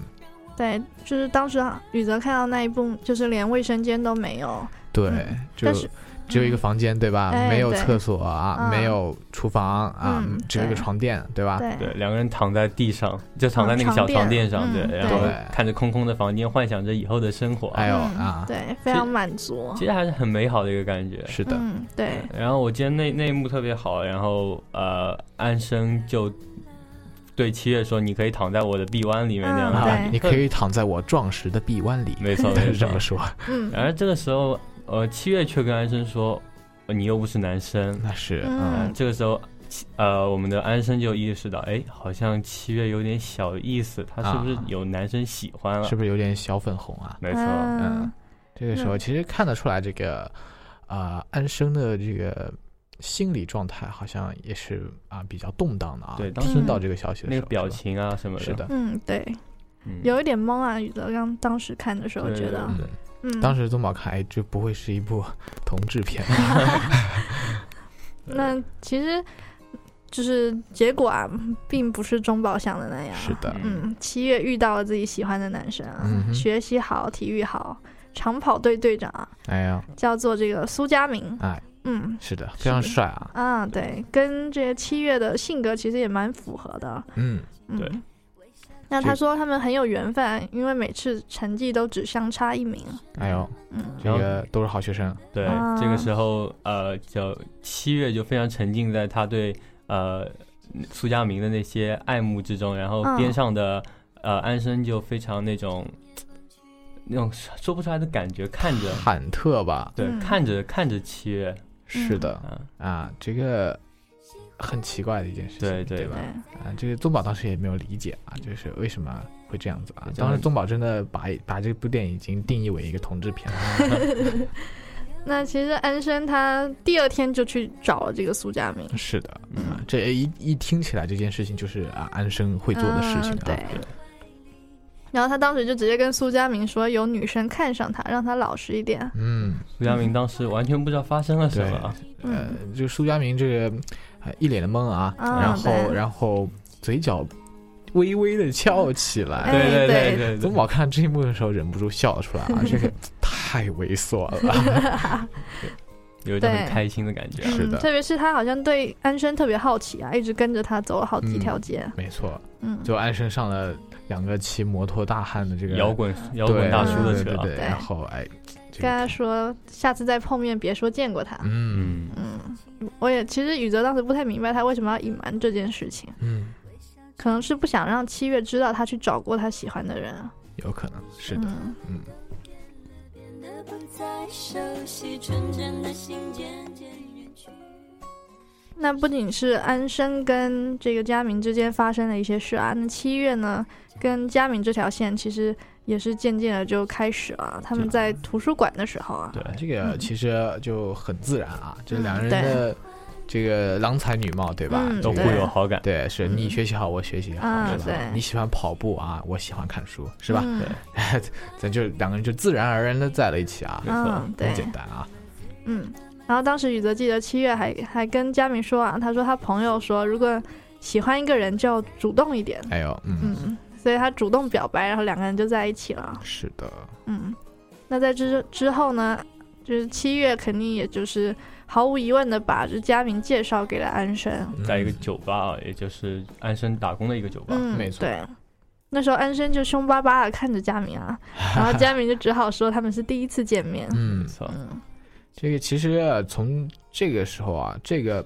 Speaker 3: 对，就是当时啊宇泽看到那一部，就是连卫生间都没有，
Speaker 4: 对
Speaker 3: 嗯，
Speaker 4: 就
Speaker 3: 但是
Speaker 4: 只有一个房间，对吧？
Speaker 3: 哎
Speaker 4: 没有厕所啊，
Speaker 3: 对
Speaker 4: 没有厨房啊
Speaker 3: 嗯，
Speaker 4: 只有一个
Speaker 3: 对
Speaker 4: 床垫，啊对吧？
Speaker 3: 对
Speaker 2: 对，两个人躺在地上，就躺在那个小床垫上，
Speaker 3: 嗯嗯
Speaker 2: 对，然后
Speaker 4: 对
Speaker 2: 看着空空的房间，幻想着以后的生活，
Speaker 4: 哎呦
Speaker 3: 嗯
Speaker 4: 啊，
Speaker 3: 对，非常满足
Speaker 2: 其。实还是很美好的一个感觉。
Speaker 4: 是的，
Speaker 3: 嗯，
Speaker 2: [LAUGHS]
Speaker 3: 对，
Speaker 2: 然后我记得那那一幕特别好，然后呃，安生就对七月说：“你可以躺在我的臂弯里面那
Speaker 3: 嗯
Speaker 2: 样子。
Speaker 4: 啊
Speaker 3: 对，
Speaker 4: 你可以躺在我壮实的臂弯里，
Speaker 2: 没错，
Speaker 4: 是
Speaker 2: 没
Speaker 4: [LAUGHS] 这
Speaker 2: 错。
Speaker 4: 么说，
Speaker 3: 嗯
Speaker 2: 然而这个时候，呃，七月却跟安生说：“呃你又不是男生。
Speaker 4: 那是
Speaker 3: 嗯
Speaker 4: 嗯
Speaker 2: 呃”这个时候，七呃，我们的安生就意识到，哎，好像七月有点小意思，他是不是
Speaker 4: 啊
Speaker 2: 有男生喜欢了？
Speaker 4: 嗯是不是有点小粉红啊？
Speaker 2: 没错，
Speaker 3: 嗯，
Speaker 4: 这个时候其实看得出来，这个啊安生的这个心理状态好像也是啊比较动荡的啊。
Speaker 2: 对当
Speaker 3: 时
Speaker 4: 听到这个消息的
Speaker 2: 那
Speaker 4: 时
Speaker 2: 个
Speaker 4: 候，
Speaker 2: 表
Speaker 4: 是吧
Speaker 2: 情啊什么的，
Speaker 4: 是的，
Speaker 3: 嗯，对，
Speaker 2: 嗯，
Speaker 3: 有一点懵啊，宇泽刚当时看的时候
Speaker 2: 对
Speaker 3: 觉得
Speaker 2: 对，
Speaker 4: 嗯。
Speaker 3: 嗯，
Speaker 4: 当时宗宝看，哎，这不会是一部 [LAUGHS] 同志片？
Speaker 3: 那其实就是结果啊，并不是中宝想的那样。
Speaker 2: 嗯
Speaker 3: 嗯
Speaker 4: 是的，
Speaker 3: 嗯，七月遇到了自己喜欢的男生啊，
Speaker 4: 嗯哼
Speaker 3: 学习好，体育好，长跑队队长啊，
Speaker 4: 哎呀，
Speaker 3: 叫做这个苏佳明。
Speaker 4: 哎，
Speaker 3: 嗯
Speaker 4: 是的，非常帅啊，
Speaker 3: 啊，对，跟这个七月的性格其实也蛮符合的。
Speaker 4: 嗯，
Speaker 3: 嗯，
Speaker 2: 对。
Speaker 3: 那他
Speaker 4: 这
Speaker 3: 说他们很有缘分，因为每次成绩都只相差一名。
Speaker 4: 哎呦，
Speaker 3: 嗯，
Speaker 4: 这个都是好学生，
Speaker 2: 对，
Speaker 3: 啊
Speaker 2: 这个时候呃，就七月就非常沉浸在他对呃苏佳明的那些爱慕之中，然后
Speaker 3: 嗯
Speaker 2: 边上的、呃安生就非常那种那种说不出来的感觉，看着
Speaker 4: 忐忑吧，
Speaker 2: 对、
Speaker 3: 嗯
Speaker 2: 看着看着七月
Speaker 4: 是的
Speaker 2: 啊，
Speaker 4: 啊，这个很奇怪的一件事情，
Speaker 2: 对对
Speaker 4: 对吧
Speaker 3: 对？，
Speaker 4: 啊，这个宗保当时也没有理解啊，就是为什么会这样子啊
Speaker 2: 对？
Speaker 4: 当时宗保真的把把这部电影已经定义为一个同志片了，
Speaker 3: 那其实安生他第二天就去找了这个苏佳明，
Speaker 4: [LAUGHS] 是的，啊，这一一听起来这件事情就是啊安生会做的事情
Speaker 3: 嗯
Speaker 4: 啊，
Speaker 3: 对。然后他当时就直接跟苏佳明说，有女生看上他，让他老实一点。
Speaker 4: 嗯，
Speaker 2: 苏佳明当时完全不知道发生了什么啊， [LAUGHS]
Speaker 4: 呃
Speaker 3: 嗯，
Speaker 4: 就苏佳明这个呃一脸的懵啊，
Speaker 3: 啊
Speaker 4: 然后
Speaker 3: 对
Speaker 4: 然后嘴角微微的翘起来。
Speaker 3: 哎
Speaker 2: 对
Speaker 3: 对
Speaker 2: 对对
Speaker 4: 宗保看这一幕的时候忍不住笑了出来
Speaker 3: [LAUGHS]
Speaker 4: 啊，这个太猥琐了。
Speaker 2: 有一种很
Speaker 3: 对
Speaker 2: 开心的感觉啊、
Speaker 4: 哎是的
Speaker 3: 嗯，特 [LAUGHS] 别是他好像对安生特别好奇啊，一直跟着他走了好几条街。
Speaker 4: 没错，
Speaker 3: 嗯，
Speaker 4: 就安生上了两个骑摩托大汉的这个
Speaker 2: 摇滚摇
Speaker 4: 对
Speaker 2: 滚大叔
Speaker 3: 嗯
Speaker 2: 的车
Speaker 4: 对对
Speaker 2: 啊，
Speaker 4: 对对
Speaker 3: 对
Speaker 4: 然后哎，这
Speaker 3: 跟他
Speaker 4: 个
Speaker 3: 说下次再碰面别说见过他。
Speaker 4: 嗯
Speaker 2: 嗯，
Speaker 3: 嗯，我也其实宇哲当时不太明白他为什么要隐瞒这件事情，
Speaker 4: 嗯，
Speaker 3: 可能是不想让七月知道他去找过他喜欢的人啊。
Speaker 4: 有可能是的，
Speaker 3: 嗯，
Speaker 4: 嗯，
Speaker 5: 变得不再熟悉，纯真的心渐渐远去。
Speaker 3: 那不仅是安生跟这个佳明之间发生了一些事啊，那七月呢，跟佳明这条线其实也是渐渐的就开始了。他们在图书馆的时候啊，
Speaker 2: 对
Speaker 4: 这个其实就很自然啊，这
Speaker 3: 嗯
Speaker 4: 两人
Speaker 3: 对
Speaker 4: 的这个郎才女貌，对吧？
Speaker 3: 嗯
Speaker 4: 这
Speaker 2: 都
Speaker 4: 个
Speaker 2: 互有好感，
Speaker 4: 对，是
Speaker 3: 嗯
Speaker 4: 你学习好，我学习好，
Speaker 3: 啊
Speaker 4: 是吧？
Speaker 3: 对
Speaker 4: 你喜欢跑步啊，我喜欢看书，是吧？
Speaker 3: 嗯
Speaker 4: [LAUGHS] 咱就两个人就自然而然的在了一起啊，
Speaker 3: 嗯，
Speaker 4: 很
Speaker 3: 对，
Speaker 4: 简单啊。
Speaker 3: 嗯。然后当时宇泽记得七月还还跟佳明说啊，他说他朋友说，如果喜欢一个人就要主动一点，
Speaker 4: 哎呦，嗯，
Speaker 3: 嗯，所以他主动表白，然后两个人就在一起了。
Speaker 4: 是的，
Speaker 3: 嗯，那在之之后呢，就是七月肯定也就是毫无疑问的把这佳明介绍给了安生，
Speaker 2: 在
Speaker 4: 嗯
Speaker 2: 一个酒吧啊，也就是安生打工的一个酒吧，
Speaker 3: 嗯，
Speaker 4: 没错
Speaker 3: 对。那时候安生就凶巴巴的看着佳明
Speaker 4: [LAUGHS]
Speaker 3: 啊，然后佳明就只好说他们是第一次见面。
Speaker 4: 嗯
Speaker 2: 没，错，
Speaker 3: 嗯
Speaker 4: 这个其实啊从这个时候啊，这个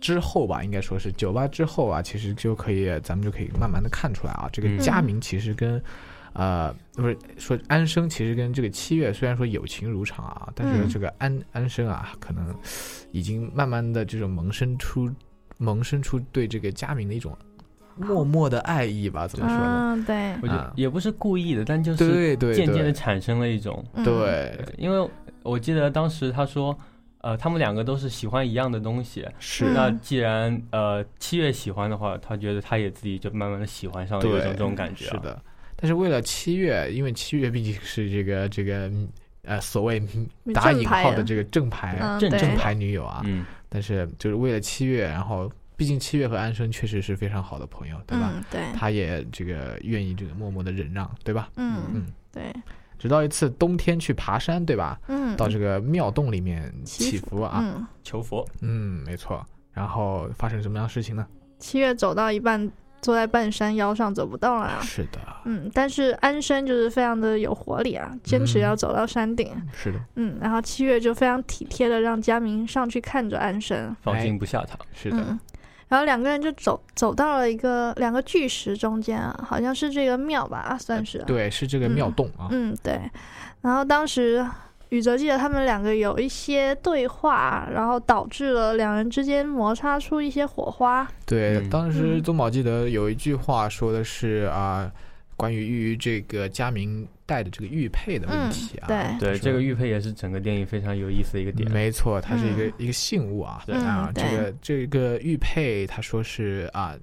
Speaker 4: 之后吧，应该说是酒吧之后啊，其实就可以，咱们就可以慢慢的看出来啊，这个
Speaker 2: 嗯
Speaker 4: 佳明其实跟。呃，不是说安生其实跟这个七月虽然说友情如常啊，但是
Speaker 3: 嗯
Speaker 4: 这个安、安生啊，可能已经慢慢的这种萌生出萌生出对这个佳明的一种默默的爱意吧，怎么说呢？
Speaker 3: 啊，对，
Speaker 2: 我觉
Speaker 4: 啊
Speaker 2: 得也不是故意的，但就是
Speaker 4: 对对
Speaker 2: 渐渐的
Speaker 4: 对
Speaker 2: 产生了一种，
Speaker 3: 嗯，
Speaker 4: 对，
Speaker 2: 因为我记得当时他说，呃，他们两个都是喜欢一样的东西，
Speaker 4: 是
Speaker 3: 嗯
Speaker 2: 那既然呃七月喜欢的话，他觉得他也自己就慢慢的喜欢上了，
Speaker 4: 对
Speaker 2: 有一种这种感觉、啊
Speaker 4: 是，的，但是为了七月，因为七月毕竟是这个这个嗯呃所谓嗯
Speaker 3: 你
Speaker 4: 打
Speaker 3: 正
Speaker 4: 引
Speaker 3: 牌
Speaker 4: 号
Speaker 3: 啊
Speaker 4: 的这个正牌、
Speaker 3: 嗯
Speaker 2: 正
Speaker 3: 对
Speaker 4: 正牌女友啊，
Speaker 2: 嗯，
Speaker 4: 但是就是为了七月，然后毕竟七月和安生确实是非常好的朋友，对吧？
Speaker 3: 嗯，对，
Speaker 4: 他也这个愿意这个默默的忍让，对吧？
Speaker 3: 嗯
Speaker 4: 嗯，
Speaker 3: 对，
Speaker 4: 直到一次冬天去爬山，对吧？
Speaker 3: 嗯，
Speaker 4: 到这个庙洞里面祈
Speaker 3: 祈
Speaker 4: 福啊，
Speaker 3: 嗯，
Speaker 2: 求佛，
Speaker 4: 嗯没错。然后发生什么样的事情呢？
Speaker 3: 七月走到一半，坐在半山腰上走不动了啊。
Speaker 4: 是的，
Speaker 3: 嗯，但是安生就是非常的有活力啊，坚持
Speaker 4: 嗯
Speaker 3: 要走到山顶。
Speaker 4: 是的，
Speaker 3: 嗯，然后七月就非常体贴的让佳明上去看着安生，
Speaker 2: 放心不下他，
Speaker 4: 哎是的，
Speaker 3: 嗯，然后两个人就走走到了一个两个巨石中间啊，好像是这个庙吧，啊算是、，
Speaker 4: 对，是这个庙
Speaker 3: 嗯
Speaker 4: 洞啊，
Speaker 3: 嗯对，然后当时宇哲记得他们两个有一些对话，然后导致了两人之间摩擦出一些火花，
Speaker 4: 对，
Speaker 2: 嗯
Speaker 4: 当时
Speaker 3: 嗯
Speaker 4: 宗保记得有一句话说的是啊、关于于这个佳明带的这个玉佩的问
Speaker 3: 嗯
Speaker 4: 题啊。
Speaker 3: 对
Speaker 2: 对，
Speaker 4: 是
Speaker 2: 这个玉佩也是整个电影非常有意思的一个点，
Speaker 4: 没错，它是一个、
Speaker 3: 嗯
Speaker 4: 一个信物啊
Speaker 2: 对
Speaker 4: 啊
Speaker 3: 嗯，
Speaker 4: 这
Speaker 3: 对
Speaker 4: 个这个玉佩，他说是啊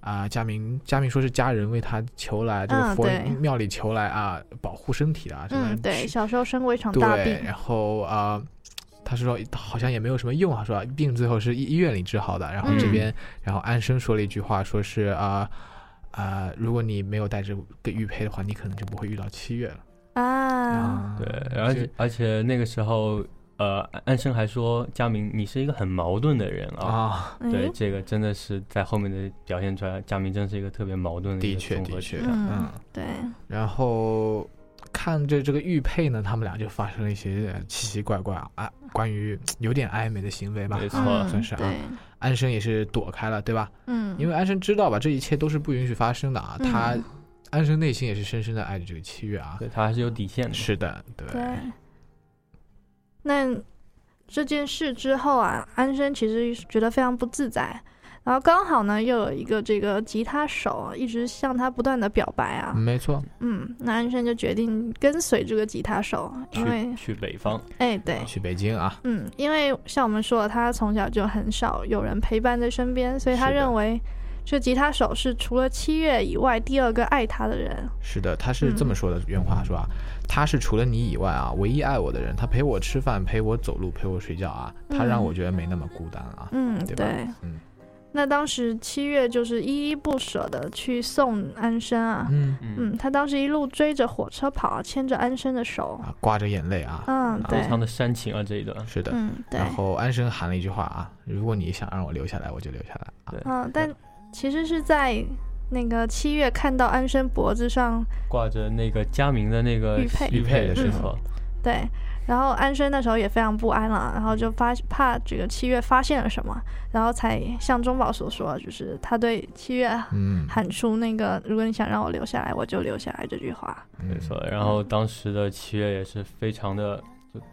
Speaker 4: 啊，佳明佳明说是家人为他求来这个
Speaker 3: 嗯
Speaker 4: 佛
Speaker 3: 对
Speaker 4: 庙里求来啊，保护身体的啊，什么
Speaker 3: 嗯对，小时候生过一场大
Speaker 4: 对，
Speaker 3: 病，
Speaker 4: 然后啊、他说好像也没有什么用啊，说病最后是医医院里治好的。然后这
Speaker 2: 嗯
Speaker 4: 边，然后安生说了一句话，说呃是啊啊、如果你没有带这个玉佩的话，你可能就不会遇到七月了。
Speaker 3: 啊，
Speaker 2: 对，而且而且那个时候，呃，安安生还说佳明你是一个很矛盾的人啊。
Speaker 4: 啊，
Speaker 2: 对，
Speaker 3: 诶
Speaker 2: 这个真的是在后面的表现出来，佳明真是一个特别矛盾的一
Speaker 4: 的
Speaker 2: 个
Speaker 4: 确
Speaker 2: 综合
Speaker 4: 的确，
Speaker 2: 体
Speaker 4: 嗯
Speaker 3: 嗯，对，
Speaker 4: 然后看着这个玉佩呢，他们俩就发生了一些奇奇怪怪啊，关于有点暧昧的行为吧，
Speaker 2: 没错
Speaker 4: 啊
Speaker 3: 嗯，
Speaker 4: 算是啊
Speaker 3: 对。，
Speaker 4: 安生也是躲开了，对吧？
Speaker 3: 嗯，
Speaker 4: 因为安生知道吧，这一切都是不允许发生的啊，
Speaker 3: 嗯
Speaker 4: 他安生内心也是深深的爱着这个七月啊。
Speaker 2: 对他还是有底线的。
Speaker 4: 是的，对，
Speaker 3: 对。那这件事之后啊，安生其实觉得非常不自在，然后刚好呢又有一个这个吉他手一直向他不断的表白啊，
Speaker 4: 没错，
Speaker 3: 嗯，那安生就决定跟随这个吉他手，因为
Speaker 2: 去去北方，
Speaker 3: 哎对，
Speaker 4: 去北京啊，
Speaker 3: 嗯，因为像我们说的，他从小就很少有人陪伴在身边，所以他
Speaker 4: 是的
Speaker 3: 认为这吉他手是除了七月以外第二个爱他的人，
Speaker 4: 是的，他
Speaker 3: 嗯
Speaker 4: 是这么说的原话是吧？他是除了你以外啊，唯一爱我的人，他陪我吃饭，陪我走路，陪我睡觉啊，他让
Speaker 3: 嗯
Speaker 4: 我觉得没那么孤单啊。
Speaker 3: 嗯，
Speaker 4: 对吧
Speaker 3: 对。
Speaker 4: 嗯
Speaker 3: 那当时七月就是依依不舍的去送安生啊，
Speaker 4: 嗯
Speaker 3: 嗯，他当时一路追着火车跑，牵着安生的手，
Speaker 4: 啊，挂着眼泪啊，
Speaker 3: 嗯，
Speaker 2: 非
Speaker 3: 对，
Speaker 2: 常的煽情啊这一段。
Speaker 4: 是的。
Speaker 3: 嗯，对，
Speaker 4: 然后安生喊了一句话啊，如果你想让我留下来，我就留下来啊。
Speaker 2: 对
Speaker 3: 嗯，但其实是在那个七月看到安生脖子上，
Speaker 2: 挂着那个佳明的那个
Speaker 3: 玉佩嗯
Speaker 4: 玉佩的时
Speaker 2: 候，
Speaker 3: 对，然后安生那时候也非常不安了，然后就发怕这个七月发现了什么，然后才像钟宝所说，就是他对七月
Speaker 4: 嗯，
Speaker 3: 喊出那个“如果你想让我留下来，我就留下来”这句话，
Speaker 4: 没
Speaker 2: 没错。然
Speaker 3: 嗯
Speaker 2: 后当时的七月也是非常的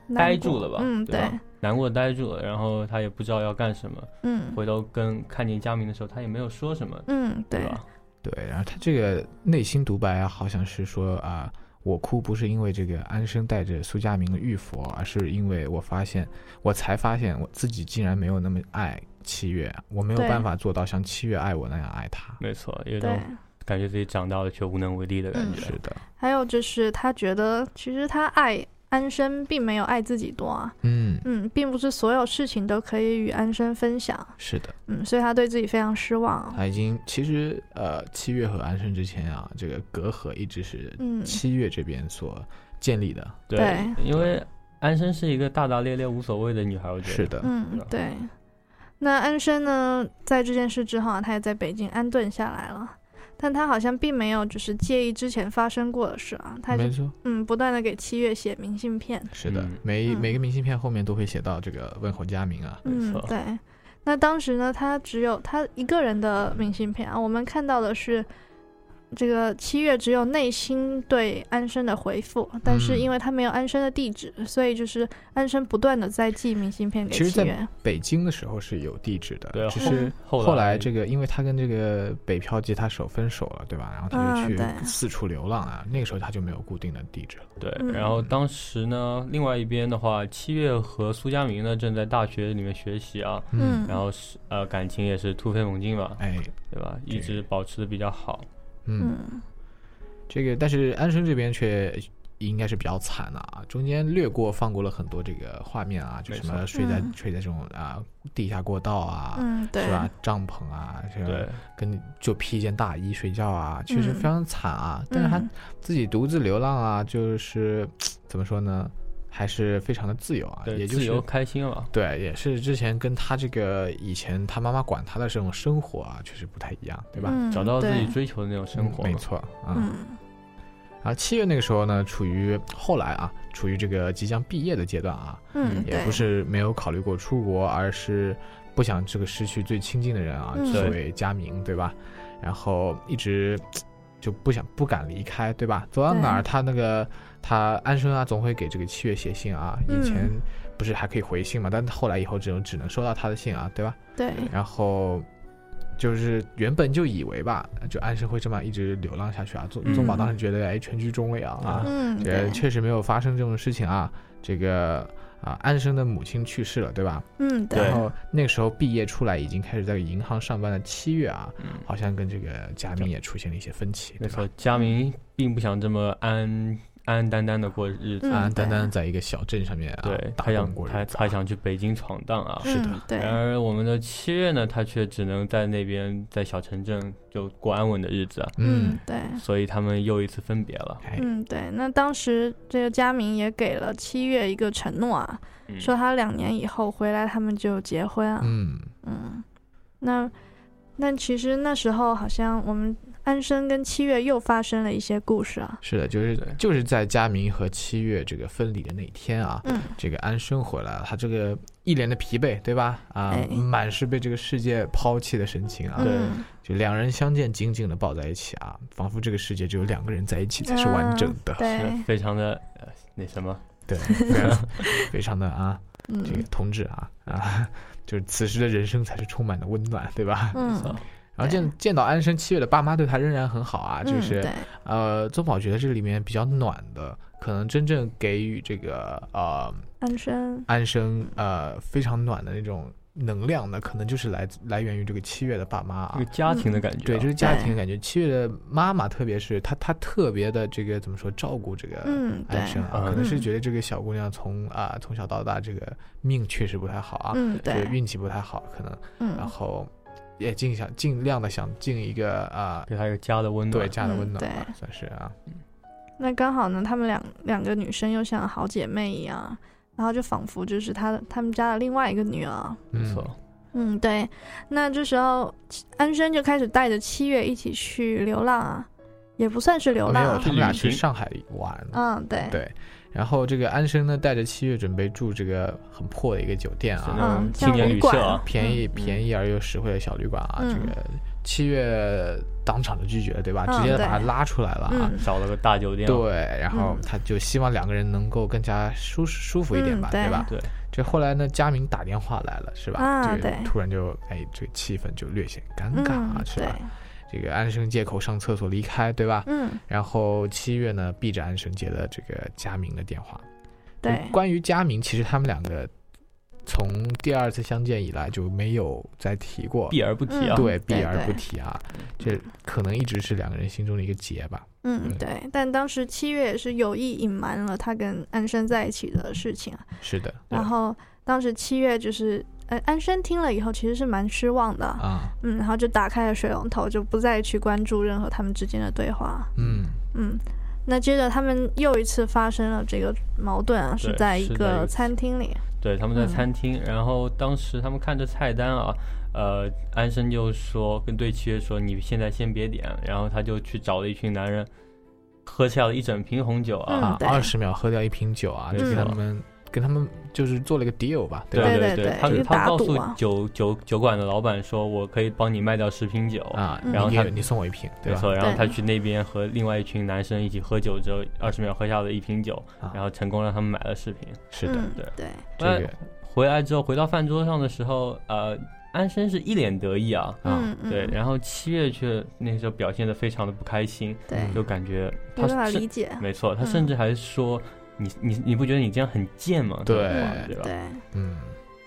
Speaker 3: 难过
Speaker 2: 呆住了吧？
Speaker 3: 嗯，
Speaker 2: 对吧，难过地呆住了，然后他也不知道要干什么。
Speaker 3: 嗯
Speaker 2: 回头跟看见佳明的时候，他也没有说什么，
Speaker 3: 嗯，对，
Speaker 2: 吧？
Speaker 4: 对，然后他这个内心独白啊，好像是说啊、我哭不是因为这个安生带着苏佳明的玉佛，而是因为我发现，我才发现我自己竟然没有那么爱七月，啊我没有
Speaker 3: 对
Speaker 4: 办法做到像七月爱我那样爱他。
Speaker 2: 没错，有一
Speaker 3: 对嗯
Speaker 2: 种。感觉自己长大了却无能为力的感觉。
Speaker 4: 是的，
Speaker 3: 还有就是他觉得其实他爱安生并没有爱自己多啊，
Speaker 4: 嗯，
Speaker 3: 嗯，并不是所有事情都可以与安生分享，
Speaker 4: 是的，
Speaker 3: 嗯，所以他对自己非常失望，
Speaker 4: 他已经其实呃，七月和安生之前啊，这个隔阂一直是
Speaker 3: 嗯
Speaker 4: 七月这边所建立的。
Speaker 2: 对，
Speaker 3: 对
Speaker 2: 因为安生是一个大大咧咧无所谓的女孩，我觉得
Speaker 4: 是的，
Speaker 3: 嗯
Speaker 2: 吧，
Speaker 3: 对。那安生呢，在这件事之后啊，他也在北京安顿下来了，但他好像并没有就是介意之前发生过的事啊，他
Speaker 4: 没
Speaker 3: 就
Speaker 4: 错，
Speaker 3: 嗯不断的给七月写明信片，
Speaker 4: 是的，
Speaker 2: 嗯
Speaker 4: 每
Speaker 3: 嗯
Speaker 4: 每个明信片后面都会写到这个问候佳明啊，
Speaker 2: 没
Speaker 3: 嗯
Speaker 2: 错，
Speaker 3: 对。那当时呢，他只有他一个人的明信片啊，我们看到的是这个七月只有内心对安生的回复，但是
Speaker 4: 嗯
Speaker 3: 因为他没有安生的地址，所以就是安生不断的在寄明信片给
Speaker 4: 其实
Speaker 3: 七
Speaker 4: 在
Speaker 3: 月。嗯
Speaker 4: 北京的时候是有地址的，
Speaker 2: 对
Speaker 4: 只
Speaker 2: 后
Speaker 4: 是
Speaker 2: 后
Speaker 4: 后
Speaker 2: 来
Speaker 4: 来这个，因为他跟这个北漂吉他手分手了，对吧？然后他就
Speaker 3: 嗯
Speaker 4: 去
Speaker 3: 对
Speaker 4: 四处流浪啊，那个时候他就没有固定的地址了。
Speaker 2: 对，
Speaker 3: 嗯
Speaker 2: 然后当时呢，另外一边的话，七月和苏佳明呢正在大学里面学习啊，
Speaker 3: 嗯，
Speaker 2: 然后是呃感情也是突飞猛进吧，
Speaker 4: 哎，
Speaker 2: 对吧？
Speaker 4: 对
Speaker 2: 一直保持的比较好，
Speaker 4: 嗯，
Speaker 3: 嗯
Speaker 4: 这个但是安生这边却。应该是比较惨的啊，中间略过放过了很多这个画面啊，就
Speaker 2: 没
Speaker 4: 什么
Speaker 2: 错
Speaker 4: 睡在、
Speaker 3: 嗯
Speaker 4: 睡在这种啊地下过道啊，
Speaker 3: 嗯，对
Speaker 4: 是，吧？帐篷啊，这
Speaker 2: 对
Speaker 4: 个跟你就披一件大衣睡觉啊，确实
Speaker 3: 嗯
Speaker 4: 非常惨啊。但是他
Speaker 3: 嗯
Speaker 4: 自己独自流浪啊，就是怎么说呢，还是非常的自由啊，
Speaker 2: 对，
Speaker 4: 也就
Speaker 2: 自由
Speaker 4: 是
Speaker 2: 开心了吧。
Speaker 4: 对，也是之前跟他这个以前他妈妈管他的这种生活啊，确实不太一样，对吧？
Speaker 3: 嗯
Speaker 2: 找到自己
Speaker 3: 对
Speaker 2: 追求的那种生活嘛，
Speaker 4: 没错啊。
Speaker 3: 嗯
Speaker 4: 然后七月那个时候呢，处于后来啊，处于这个即将毕业的阶段啊，
Speaker 3: 嗯，
Speaker 4: 也
Speaker 3: 对
Speaker 4: 不是没有考虑过出国，而是不想这个失去最亲近的人啊，
Speaker 3: 嗯
Speaker 4: 所
Speaker 2: 对
Speaker 4: 谓佳明，对吧？然后一直嘖就不想不敢离开，对吧？走到哪儿，
Speaker 3: 对
Speaker 4: 他那个他安生啊，总会给这个七月写信啊。以
Speaker 3: 嗯
Speaker 4: 前不是还可以回信嘛，但后来以后只能只能收到他的信啊，对吧？
Speaker 3: 对，
Speaker 4: 然后。就是原本就以为吧，就安生会这么一直流浪下去啊。宗宗宝
Speaker 3: 嗯
Speaker 4: 当时觉得，哎，全剧终位啊啊，
Speaker 3: 嗯
Speaker 4: 也
Speaker 3: 对，
Speaker 4: 确实没有发生这种事情啊。这个啊、安生的母亲去世了，对吧？
Speaker 3: 嗯
Speaker 4: 然
Speaker 3: 对，
Speaker 4: 后那个时候毕业出来，已经开始在银行上班的七月啊，
Speaker 2: 嗯，
Speaker 4: 好像跟这个佳明也出现了一些分歧，
Speaker 2: 没
Speaker 4: 对
Speaker 2: 错
Speaker 4: 吧？。
Speaker 2: 佳明并不想这么安安安淡淡的过日子。
Speaker 3: 嗯
Speaker 4: 安安淡
Speaker 3: 对
Speaker 4: 淡啊地在一个小镇上面啊，
Speaker 2: 对，
Speaker 4: 打
Speaker 2: 他想
Speaker 4: 工过日
Speaker 2: 他
Speaker 4: 子
Speaker 2: 他
Speaker 4: 啊
Speaker 2: 想去北京闯荡啊。
Speaker 4: 是的
Speaker 3: 嗯、对，
Speaker 2: 然而我们的七月呢，他却只能在那边在小城镇就过安稳的日子啊。
Speaker 4: 嗯
Speaker 3: 嗯，对，
Speaker 2: 所以他们又一次分别了。
Speaker 4: 哎，
Speaker 3: 嗯，对。那当时这个佳明也给了七月一个承诺啊，
Speaker 2: 嗯
Speaker 3: 说他两年以后回来，他们就结婚啊。
Speaker 4: 嗯，
Speaker 3: 嗯，那那其实那时候好像我们安生跟七月又发生了一些故事啊。
Speaker 4: 是的，就是
Speaker 2: 对
Speaker 4: 就是在佳明和七月这个分离的那一天啊，
Speaker 3: 嗯，
Speaker 4: 这个安生回来了，他这个一脸的疲惫，对吧？啊，
Speaker 3: 哎
Speaker 4: 满是被这个世界抛弃的神情啊，
Speaker 2: 对
Speaker 3: 嗯
Speaker 4: 就两人相见，紧紧的抱在一起啊，仿佛这个世界只有两个人在一起才是完整的，
Speaker 3: 嗯对
Speaker 2: 是，非常的呃那什么，
Speaker 4: 对，非常非常的啊，这个
Speaker 3: 嗯
Speaker 4: 同志啊啊，就是此时的人生才是充满了温暖，对吧？
Speaker 3: 嗯，
Speaker 4: 然后见见到安生七月的爸妈对他仍然很好啊，就
Speaker 3: 嗯
Speaker 4: 是、
Speaker 3: 对，
Speaker 4: 呃，宗宝觉得这里面比较暖的，可能真正给予这个呃
Speaker 3: 安生，
Speaker 4: 安生呃非常暖的那种能量呢，可能就是来自来源于这个七月的爸妈
Speaker 2: 这
Speaker 4: 啊
Speaker 2: 个。家庭
Speaker 3: 嗯
Speaker 2: 的感觉
Speaker 4: 对，
Speaker 2: 啊。
Speaker 4: 就是家
Speaker 3: 对
Speaker 4: 庭感觉。七月的妈妈，特别是她，她特别的这个怎么说，照顾这个
Speaker 3: 嗯，对
Speaker 4: 安，生啊，
Speaker 2: 嗯
Speaker 4: 可能是
Speaker 3: 嗯
Speaker 4: 觉得这个小姑娘从啊、从小到大这个命确实不太好啊，
Speaker 3: 嗯，
Speaker 4: 就是
Speaker 3: 对，
Speaker 4: 运气不太好，可能，然
Speaker 3: 嗯，
Speaker 4: 后也尽想尽量的想尽一个啊、
Speaker 2: 给他一个家的温暖。
Speaker 4: 对家的
Speaker 3: 嗯
Speaker 4: 温暖
Speaker 3: 对
Speaker 4: 吧，算是啊，
Speaker 3: 那刚好呢，她们两两个女生又像好姐妹一样，然后就仿佛就是她她们家的另外一个女儿。
Speaker 2: 没
Speaker 4: 嗯
Speaker 2: 错，
Speaker 3: 嗯，对。那这时候安生就开始带着七月一起去流浪啊，也不算是流
Speaker 4: 没
Speaker 3: 浪
Speaker 4: 有，
Speaker 3: 啊
Speaker 4: 他，们俩
Speaker 2: 旅行
Speaker 4: 去上海玩，
Speaker 3: 嗯，对，
Speaker 4: 对。然后这个安生呢，带着七月准备住这个很破的一个酒店
Speaker 2: 是
Speaker 4: 啊，
Speaker 2: 那
Speaker 3: 嗯
Speaker 2: 种，
Speaker 3: 像
Speaker 2: 青年
Speaker 3: 旅
Speaker 2: 旅
Speaker 3: 馆
Speaker 2: 社啊
Speaker 4: 便宜
Speaker 2: 嗯
Speaker 4: 便宜而又实惠的小旅馆啊。这
Speaker 3: 嗯
Speaker 4: 个七月当场就拒绝了，对吧？
Speaker 3: 嗯
Speaker 4: 直接把他
Speaker 3: 对
Speaker 4: 拉出来了啊。
Speaker 3: 嗯
Speaker 2: 找了个大酒店啊。
Speaker 4: 对，然后
Speaker 3: 嗯
Speaker 4: 他就希望两个人能够更加舒适舒服一点
Speaker 3: 嗯
Speaker 4: 吧，
Speaker 3: 对
Speaker 4: 对吧？
Speaker 2: 对，
Speaker 4: 这后来呢，佳明打电话来了，是吧？
Speaker 3: 啊
Speaker 4: 这个
Speaker 3: 对
Speaker 4: 突然就哎，这个气氛就略显尴尬啊，
Speaker 3: 嗯，
Speaker 4: 是
Speaker 3: 对
Speaker 4: 吧？，这个安生借口上厕所离开，对吧？
Speaker 3: 嗯，
Speaker 4: 然后七月呢，避着安生接了这个佳明的电话。
Speaker 3: 对，嗯
Speaker 4: 关于佳明，其实他们两个从第二次相见以来就没有再提过，
Speaker 2: 避而不提
Speaker 3: 嗯
Speaker 2: 啊。
Speaker 4: 对，避
Speaker 3: 对
Speaker 4: 而
Speaker 3: 对
Speaker 4: 不提啊，这可能一直是两个人心中的一个结吧。
Speaker 3: 嗯，对。但当时七月也是有意隐瞒了她跟安生在一起的事情啊。
Speaker 4: 是的，
Speaker 3: 然后当时七月就是，呃，安生听了以后其实是蛮失望的啊，
Speaker 4: 啊，
Speaker 3: 嗯，然后就打开了水龙头，就不再去关注任何他们之间的对话。
Speaker 4: 嗯，
Speaker 3: 嗯，那接着他们又一次发生了这个矛盾啊，是
Speaker 2: 对
Speaker 3: 在一
Speaker 2: 是在一
Speaker 3: 个
Speaker 2: 个
Speaker 3: 餐厅里。
Speaker 2: 对，他们在
Speaker 3: 嗯
Speaker 2: 餐厅，然后当时他们看着菜单啊，呃，安生就说跟对七月说：“你现在先别点。”然后他就去找了一群男人，喝下了一整瓶红酒啊。
Speaker 3: 嗯
Speaker 4: 啊，
Speaker 3: 对嗯
Speaker 4: 二十秒喝掉一瓶酒啊，就
Speaker 2: 没
Speaker 4: 跟他
Speaker 2: 错
Speaker 4: 们跟他们就是做了一个 deal 吧，吧？
Speaker 3: 对
Speaker 2: 对
Speaker 3: 对
Speaker 2: 他
Speaker 3: 对
Speaker 2: 他
Speaker 3: 打
Speaker 2: 告
Speaker 3: 赌
Speaker 2: 诉
Speaker 3: 啊
Speaker 2: 酒酒酒馆的老板说：“我可以帮你卖掉十瓶酒。”
Speaker 4: 啊，
Speaker 3: 嗯
Speaker 4: 你
Speaker 2: 然后
Speaker 4: 给
Speaker 2: 他
Speaker 4: 你送我一瓶，对
Speaker 2: 没
Speaker 4: 吧？
Speaker 2: 错，然后
Speaker 3: 对
Speaker 2: 他去那边和另外一群男生一起喝酒之后，二十秒喝下了一瓶酒
Speaker 4: 啊，
Speaker 2: 然后成功让他们买了视频。
Speaker 4: 是的，
Speaker 3: 嗯
Speaker 2: 对、
Speaker 3: 对，
Speaker 4: 这
Speaker 2: 哎
Speaker 4: 个
Speaker 2: 回来之后，回到饭桌上的时候，呃，安生是一脸得意啊，
Speaker 4: 啊，
Speaker 3: 嗯嗯，
Speaker 2: 对，然后七月却那时候表现的非常的不开心，
Speaker 3: 对，
Speaker 4: 嗯
Speaker 2: 就感觉
Speaker 3: 没办法
Speaker 2: 他
Speaker 3: 理
Speaker 2: 是
Speaker 3: 解。
Speaker 2: 没错，他
Speaker 3: 嗯
Speaker 2: 甚至还说、你你你不觉得你这样很贱吗？
Speaker 4: 对
Speaker 2: 对吧？
Speaker 3: 对
Speaker 4: 嗯，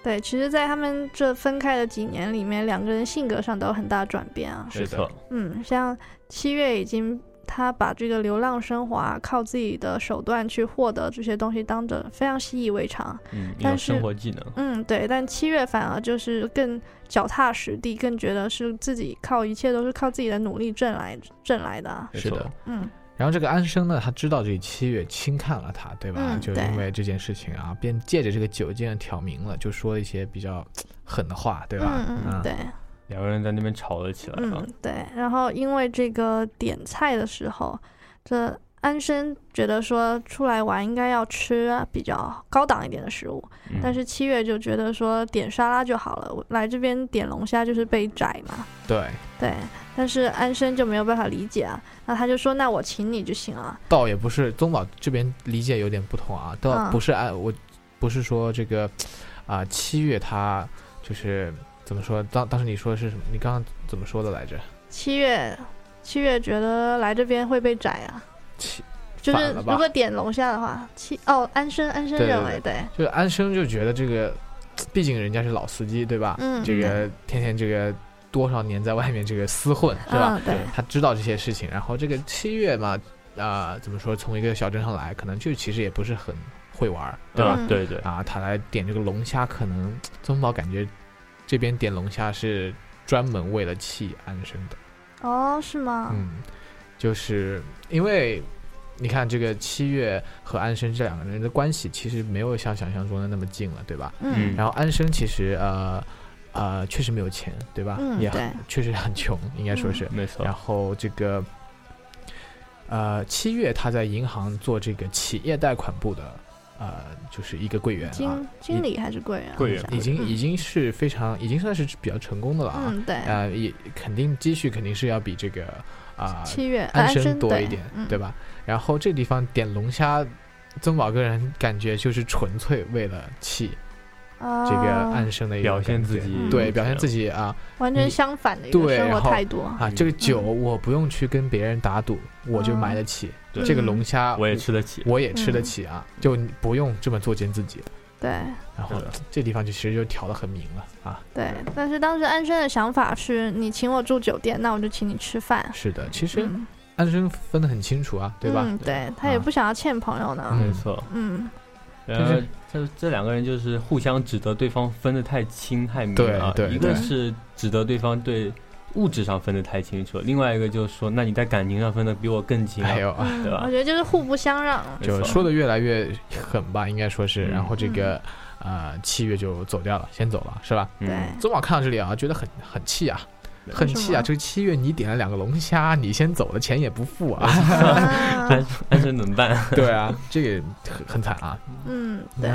Speaker 3: 对，其实，在他们这分开的几年里面，两个人性格上都有很大转变啊。
Speaker 4: 是
Speaker 2: 没
Speaker 4: 的
Speaker 2: 错，
Speaker 3: 嗯，像七月已经他把这个流浪生活啊，靠自己的手段去获得这些东西，当着非常习以为常。
Speaker 2: 嗯，一
Speaker 3: 但
Speaker 2: 种
Speaker 3: 是
Speaker 2: 生活技能，
Speaker 3: 嗯，对，但七月反而就是更脚踏实地，更觉得是自己靠一切都是靠自己的努力挣来挣来的啊。
Speaker 2: 没
Speaker 4: 是
Speaker 2: 错
Speaker 4: 的，
Speaker 3: 嗯，
Speaker 4: 然后这个安生呢，他知道这七月轻看了他，对吧？
Speaker 3: 嗯
Speaker 4: 就
Speaker 3: 对
Speaker 4: 因为这件事情啊，便借着这个酒劲挑明了，就说了一些比较狠的话，对吧？啊
Speaker 3: 嗯嗯，对，
Speaker 2: 两个人在那边吵了起来啊
Speaker 3: 嗯，对。然后因为这个点菜的时候，这安生觉得说出来玩应该要吃啊比较高档一点的食物，
Speaker 2: 嗯
Speaker 3: 但是七月就觉得说点沙拉就好了，我来这边点龙虾就是被宰嘛。
Speaker 4: 对，
Speaker 3: 对，但是安生就没有办法理解啊，那他就说那我请你就行了。
Speaker 4: 倒也不是宗宝这边理解有点不同啊，倒
Speaker 3: 嗯
Speaker 4: 不是按、我，不是说这个啊、七月他就是怎么说？当当时你说的是什么？你刚刚怎么说的来着？
Speaker 3: 七月，七月觉得来这边会被宰啊，
Speaker 4: 七
Speaker 3: 就
Speaker 4: 反
Speaker 3: 是
Speaker 4: 了吧
Speaker 3: 如果点龙虾的话，七哦，安生安生
Speaker 4: 对对
Speaker 3: 认为对
Speaker 4: 就是安生就觉得这个，毕竟人家是老司机，对吧？
Speaker 3: 嗯
Speaker 4: 这个天天这个多少年在外面这个厮混，是吧？
Speaker 3: 嗯对
Speaker 4: 他知道这些事情，然后这个七月嘛，啊、怎么说，从一个小镇上来，可能就其实也不是很会玩儿，对吧？
Speaker 3: 嗯
Speaker 2: 吧？对对，
Speaker 4: 啊，他来点这个龙虾，可能宗宝感觉这边点龙虾是专门为了气安生的。
Speaker 3: 哦，是吗？
Speaker 4: 嗯，就是因为你看这个七月和安生这两个人的关系，其实没有像想象中的那么近了，对吧？
Speaker 3: 嗯
Speaker 2: 嗯
Speaker 4: 然后安生其实呃呃确实没有钱，对吧？
Speaker 3: 嗯
Speaker 4: 也
Speaker 3: 对嗯
Speaker 4: 很确实很穷，应该说是。
Speaker 2: 没错
Speaker 4: 然，后这个呃七月他在银行做这个企业贷款部的呃就是一个柜员啊
Speaker 3: 经，经理还是贵人啊？
Speaker 2: 贵人
Speaker 3: 好像
Speaker 4: 已经
Speaker 3: 嗯
Speaker 4: 已经是非常已经算是比较成功的了啊。
Speaker 3: 嗯，对，
Speaker 4: 呃，也肯定积蓄肯定是要比这个啊、
Speaker 3: 七月呃
Speaker 4: 安
Speaker 3: 生
Speaker 4: 生多
Speaker 3: 对
Speaker 4: 一点，
Speaker 3: 嗯
Speaker 4: 对吧？然后这地方点龙虾，曾宝个人感觉就是纯粹为了气
Speaker 3: 哦
Speaker 4: 这个安生的一种
Speaker 2: 表现
Speaker 4: 感觉
Speaker 2: 自己
Speaker 3: 嗯
Speaker 4: 对，表现自己啊
Speaker 3: 完全
Speaker 4: 你
Speaker 3: 相反的一个
Speaker 4: 对
Speaker 3: 生活
Speaker 4: 然后
Speaker 3: 态度啊。
Speaker 4: 啊！这个酒我不用去跟别人
Speaker 3: 哦
Speaker 4: 打赌，我就买得起。
Speaker 2: 对
Speaker 4: 这个龙虾
Speaker 2: 嗯我也吃得起。
Speaker 4: 我也吃得起啊，
Speaker 3: 嗯
Speaker 4: 就你不用这么作践自己。
Speaker 3: 对
Speaker 4: 然后
Speaker 2: 对的
Speaker 4: 这地方就其实就调得很明了
Speaker 3: 嗯
Speaker 4: 啊。
Speaker 3: 对，但是当时安生的想法是，你请我住酒店，那我就请你吃饭。
Speaker 4: 是的，其实
Speaker 3: 嗯，
Speaker 4: 安生分得很清楚啊，对吧？
Speaker 3: 嗯，对他也
Speaker 4: 啊
Speaker 3: 不想要欠朋友呢。
Speaker 2: 没错，
Speaker 3: 嗯，
Speaker 2: 然后这这两个人就是互相指责对方分得太清太明了啊，
Speaker 4: 对对
Speaker 2: 一
Speaker 4: 对
Speaker 2: 个是指责对方对物质上分得太清楚了，另外一个就是说，那你在感情上分得比我更清啊，
Speaker 4: 还有啊，
Speaker 3: 嗯
Speaker 2: 对吧
Speaker 3: 我觉得就是互不相让。啊
Speaker 2: 没
Speaker 4: 就
Speaker 2: 错
Speaker 4: 说的越来越狠吧，应该说是，
Speaker 2: 嗯
Speaker 4: 然后这个呃七月就走掉了，先走了是吧？ [LAUGHS]
Speaker 3: 对，
Speaker 2: [LAUGHS] 嗯
Speaker 4: 宗宝看到这里啊，觉得很很气啊，很气啊！
Speaker 3: 为什
Speaker 4: 这个七月你点了两个龙虾，你先走了，钱也不付啊，
Speaker 3: 啊
Speaker 2: 安生怎么办？
Speaker 4: [LAUGHS] 对啊，这个很很惨啊。
Speaker 3: 嗯，对，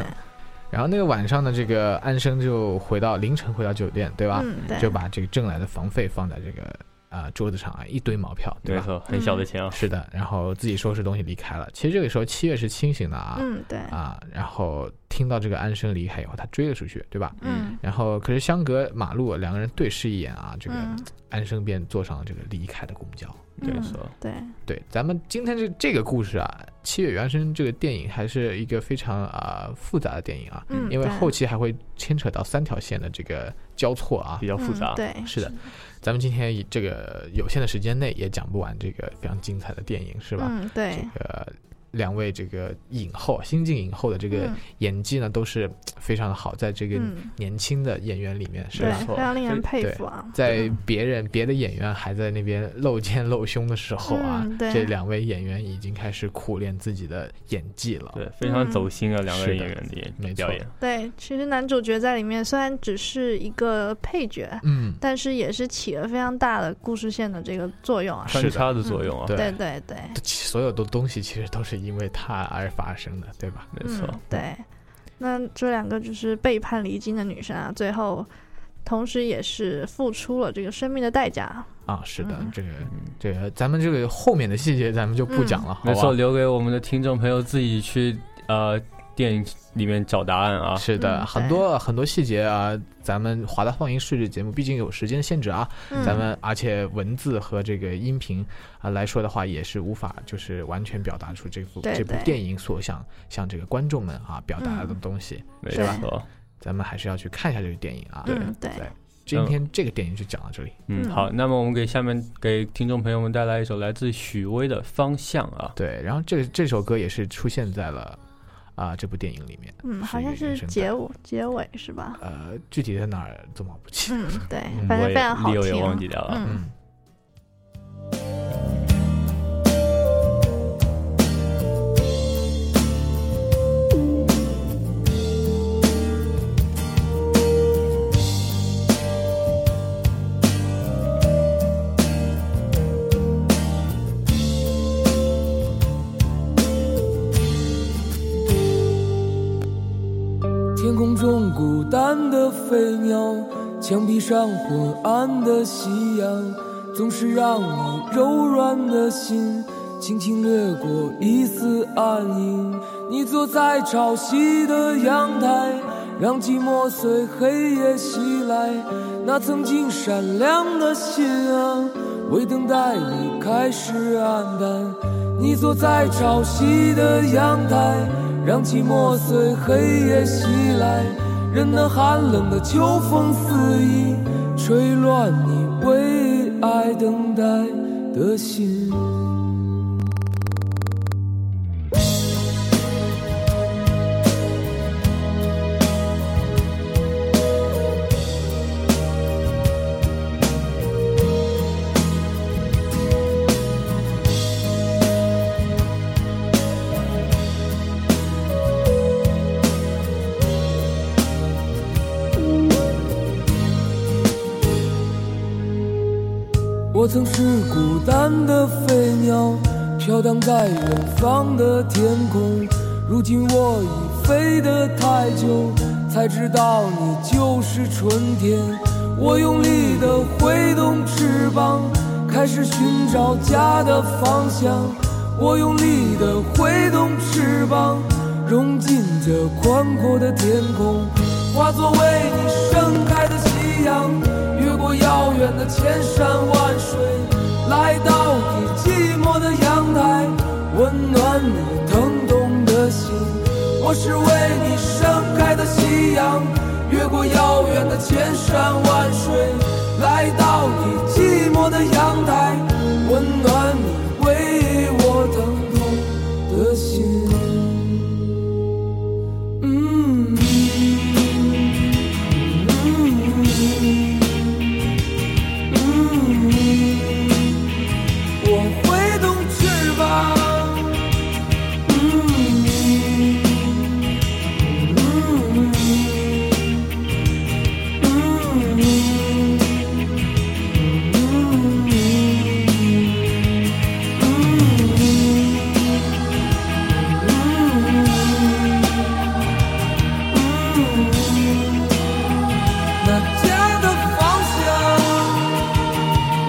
Speaker 4: 然后那个晚上呢，这个安生就回到凌晨回到酒店，对吧？ [LAUGHS]
Speaker 3: 嗯，对，
Speaker 4: 就把这个挣来的房费放在这个啊、呃桌子上啊，一堆毛票，对
Speaker 2: 没
Speaker 4: 吧？
Speaker 2: 错，很小的钱啊，
Speaker 4: 是的，然后自己收拾东西离开了。其实这个时候七月是清醒的啊，
Speaker 3: 嗯，对，
Speaker 4: 啊，然后听到这个安生离开以后，他追了出去，对吧？
Speaker 3: 嗯，
Speaker 4: 然后可是相隔马路，两个人对视一眼啊，这个
Speaker 3: 嗯，
Speaker 4: 安生便坐上了这个离开的公交。
Speaker 2: 对
Speaker 3: 嗯
Speaker 2: 说
Speaker 3: 对，
Speaker 4: 对，咱们今天这这个故事啊，《七月原生》这个电影还是一个非常啊、复杂的电影啊，
Speaker 3: 嗯，
Speaker 4: 因为
Speaker 3: 对
Speaker 4: 后期还会牵扯到三条线的这个交错啊
Speaker 2: 比。较复杂
Speaker 3: 嗯，对，
Speaker 4: 是的，咱们今天以这个有限的时间内也讲不完这个非常精彩的电影，是吧？
Speaker 3: 嗯，对，
Speaker 4: 呃，两位这个影后，新晋影后的这个
Speaker 3: 嗯
Speaker 4: 演技呢，都是非常的好，在这个
Speaker 3: 嗯，
Speaker 4: 年轻的演员里面，是
Speaker 3: 对
Speaker 4: 吧？，
Speaker 2: 错
Speaker 3: 非常令人
Speaker 2: 对
Speaker 3: 佩
Speaker 4: 对
Speaker 3: 服啊。
Speaker 4: 在别人别的演员还在那边露肩露胸的时候啊，
Speaker 3: 嗯对
Speaker 4: 这两位演员已经开始苦练自己的演技了。
Speaker 2: 对，非
Speaker 3: 嗯
Speaker 2: 常走心啊，两个人
Speaker 4: 是的
Speaker 2: 演员的
Speaker 4: 没
Speaker 2: 演
Speaker 4: 错
Speaker 2: 表演，
Speaker 3: 对，其实男主角在里面虽然只是一个配角，
Speaker 4: 嗯，
Speaker 3: 但是也是起了非常大的故事线的这个作用啊。
Speaker 4: 是
Speaker 2: 穿
Speaker 4: 的嗯
Speaker 2: 插的作用啊，
Speaker 4: 对
Speaker 3: 对对对，
Speaker 4: 其所有的东西其实都是因为他而发生的，对吧？
Speaker 2: 没错
Speaker 3: 嗯，对。那这两个就是背叛离经的女生啊，最后同时也是付出了这个生命的代价。
Speaker 4: 啊，是的，
Speaker 3: 嗯
Speaker 4: 这个
Speaker 2: 嗯
Speaker 4: 这个咱们这个后面的细节咱们就不讲了，好吧？
Speaker 2: 没
Speaker 4: 啊
Speaker 2: 错，留给我们的听众朋友自己去呃电影里面找答案啊。
Speaker 4: 是的，
Speaker 3: 嗯
Speaker 4: 很多很多细节啊，咱们华大放映室这节目毕竟有时间限制啊，
Speaker 3: 嗯、
Speaker 4: 咱们而且文字和这个音频啊来说的话，也是无法就是完全表达出这部
Speaker 3: 对
Speaker 4: 这部
Speaker 3: 对
Speaker 4: 电影所想向这个观众们啊表达的
Speaker 3: 嗯
Speaker 4: 东西，
Speaker 2: 没
Speaker 3: 是吧
Speaker 2: 错，
Speaker 4: 咱们还是要去看一下这个电影啊。
Speaker 3: 嗯对
Speaker 4: 今天这个电影就讲到这里。
Speaker 2: 嗯，
Speaker 3: 嗯
Speaker 2: 好，那么我们给下面给听众朋友们带来一首来自许巍的《方向》啊，
Speaker 4: 对，然后这这首歌也是出现在了啊、这部电影里面，
Speaker 3: 嗯，好像
Speaker 4: 是一个原
Speaker 3: 是
Speaker 4: 声带
Speaker 3: 结尾结尾是吧？
Speaker 4: 呃，具体在哪儿怎么不记得。
Speaker 3: 嗯，对
Speaker 4: 嗯，
Speaker 3: 反
Speaker 2: 我
Speaker 3: 正
Speaker 2: 也
Speaker 3: 非常好听。啊
Speaker 2: Leo 也忘记掉了
Speaker 3: 嗯，
Speaker 4: 嗯
Speaker 6: 天空中孤单的飞鸟，墙壁上昏暗的夕阳，总是让你柔软的心轻轻掠过一丝暗影。你坐在潮汐的阳台，让寂寞随黑夜袭来。那曾经闪亮的心啊，为等待你开始暗淡。你坐在潮汐的阳台，让寂寞随黑夜袭来。任那寒冷的秋风肆意吹乱你为爱等待的心。我曾是孤单的飞鸟，飘荡在远方的天空。如今我已飞得太久，才知道你就是春天。我用力地挥动翅膀，开始寻找家的方向。我用力地挥动翅膀，融进这宽阔的天空，化作为你盛开的夕阳，越过遥远的千山万水，来到你寂寞的阳台，温暖你疼痛的心。我是为你盛开的夕阳，越过遥远的千山万水，来到你寂寞的阳台，温暖你为我疼痛的心。嗯。我挥动翅膀，那家的方向。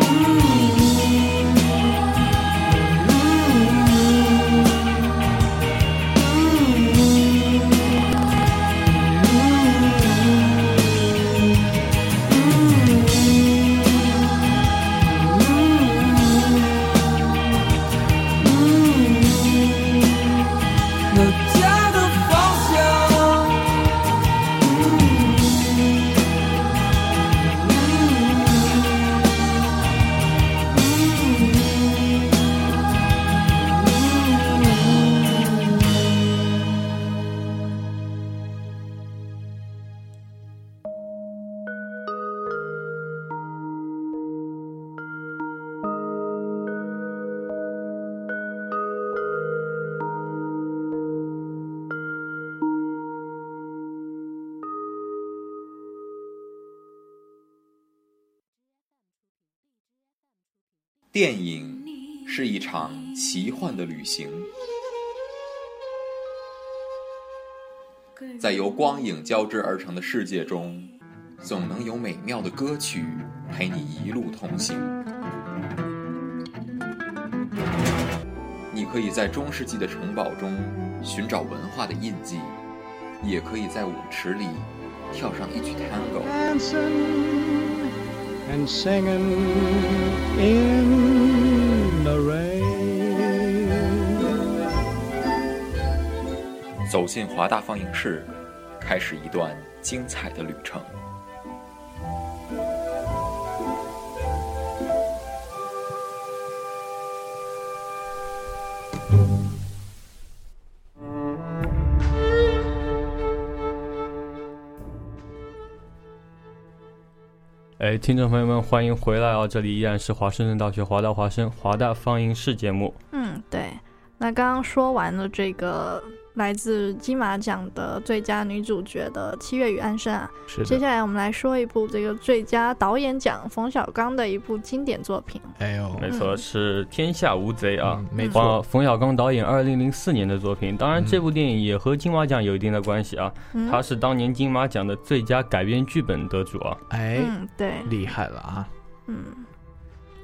Speaker 6: 那家的方向。
Speaker 1: 电影是一场奇幻的旅行，在由光影交织而成的世界中，总能有美妙的歌曲陪你一路同行。你可以在中世纪的城堡中寻找文化的印记，也可以在舞池里跳上一曲 tango。
Speaker 7: dancing and singing in the rain.
Speaker 1: 走进华大放映室，开始一段精彩的旅程。
Speaker 2: 哎，听众朋友们，欢迎回来啊！这里依然是华盛顿大学华大华生华大放映室节目。
Speaker 3: 嗯，对。那刚刚说完了这个来自金马奖的最佳女主角的《七月与安生》啊，
Speaker 4: 是
Speaker 3: 接
Speaker 4: 的，
Speaker 3: 下来我们来说一部这个最佳导演奖冯小刚的一部经典作品。
Speaker 4: 哎呦，
Speaker 3: 嗯
Speaker 2: 没错，是《天下无贼》啊。
Speaker 4: 嗯没
Speaker 2: 冯
Speaker 4: 错，
Speaker 2: 冯小刚导演二零零四年的作品，当然这部电影也和金马奖有一定的关系啊。
Speaker 3: 嗯，
Speaker 2: 它是当年金马奖的最佳改编剧本得主啊。
Speaker 4: 哎，
Speaker 3: 嗯，对，
Speaker 4: 厉害了啊！
Speaker 3: 嗯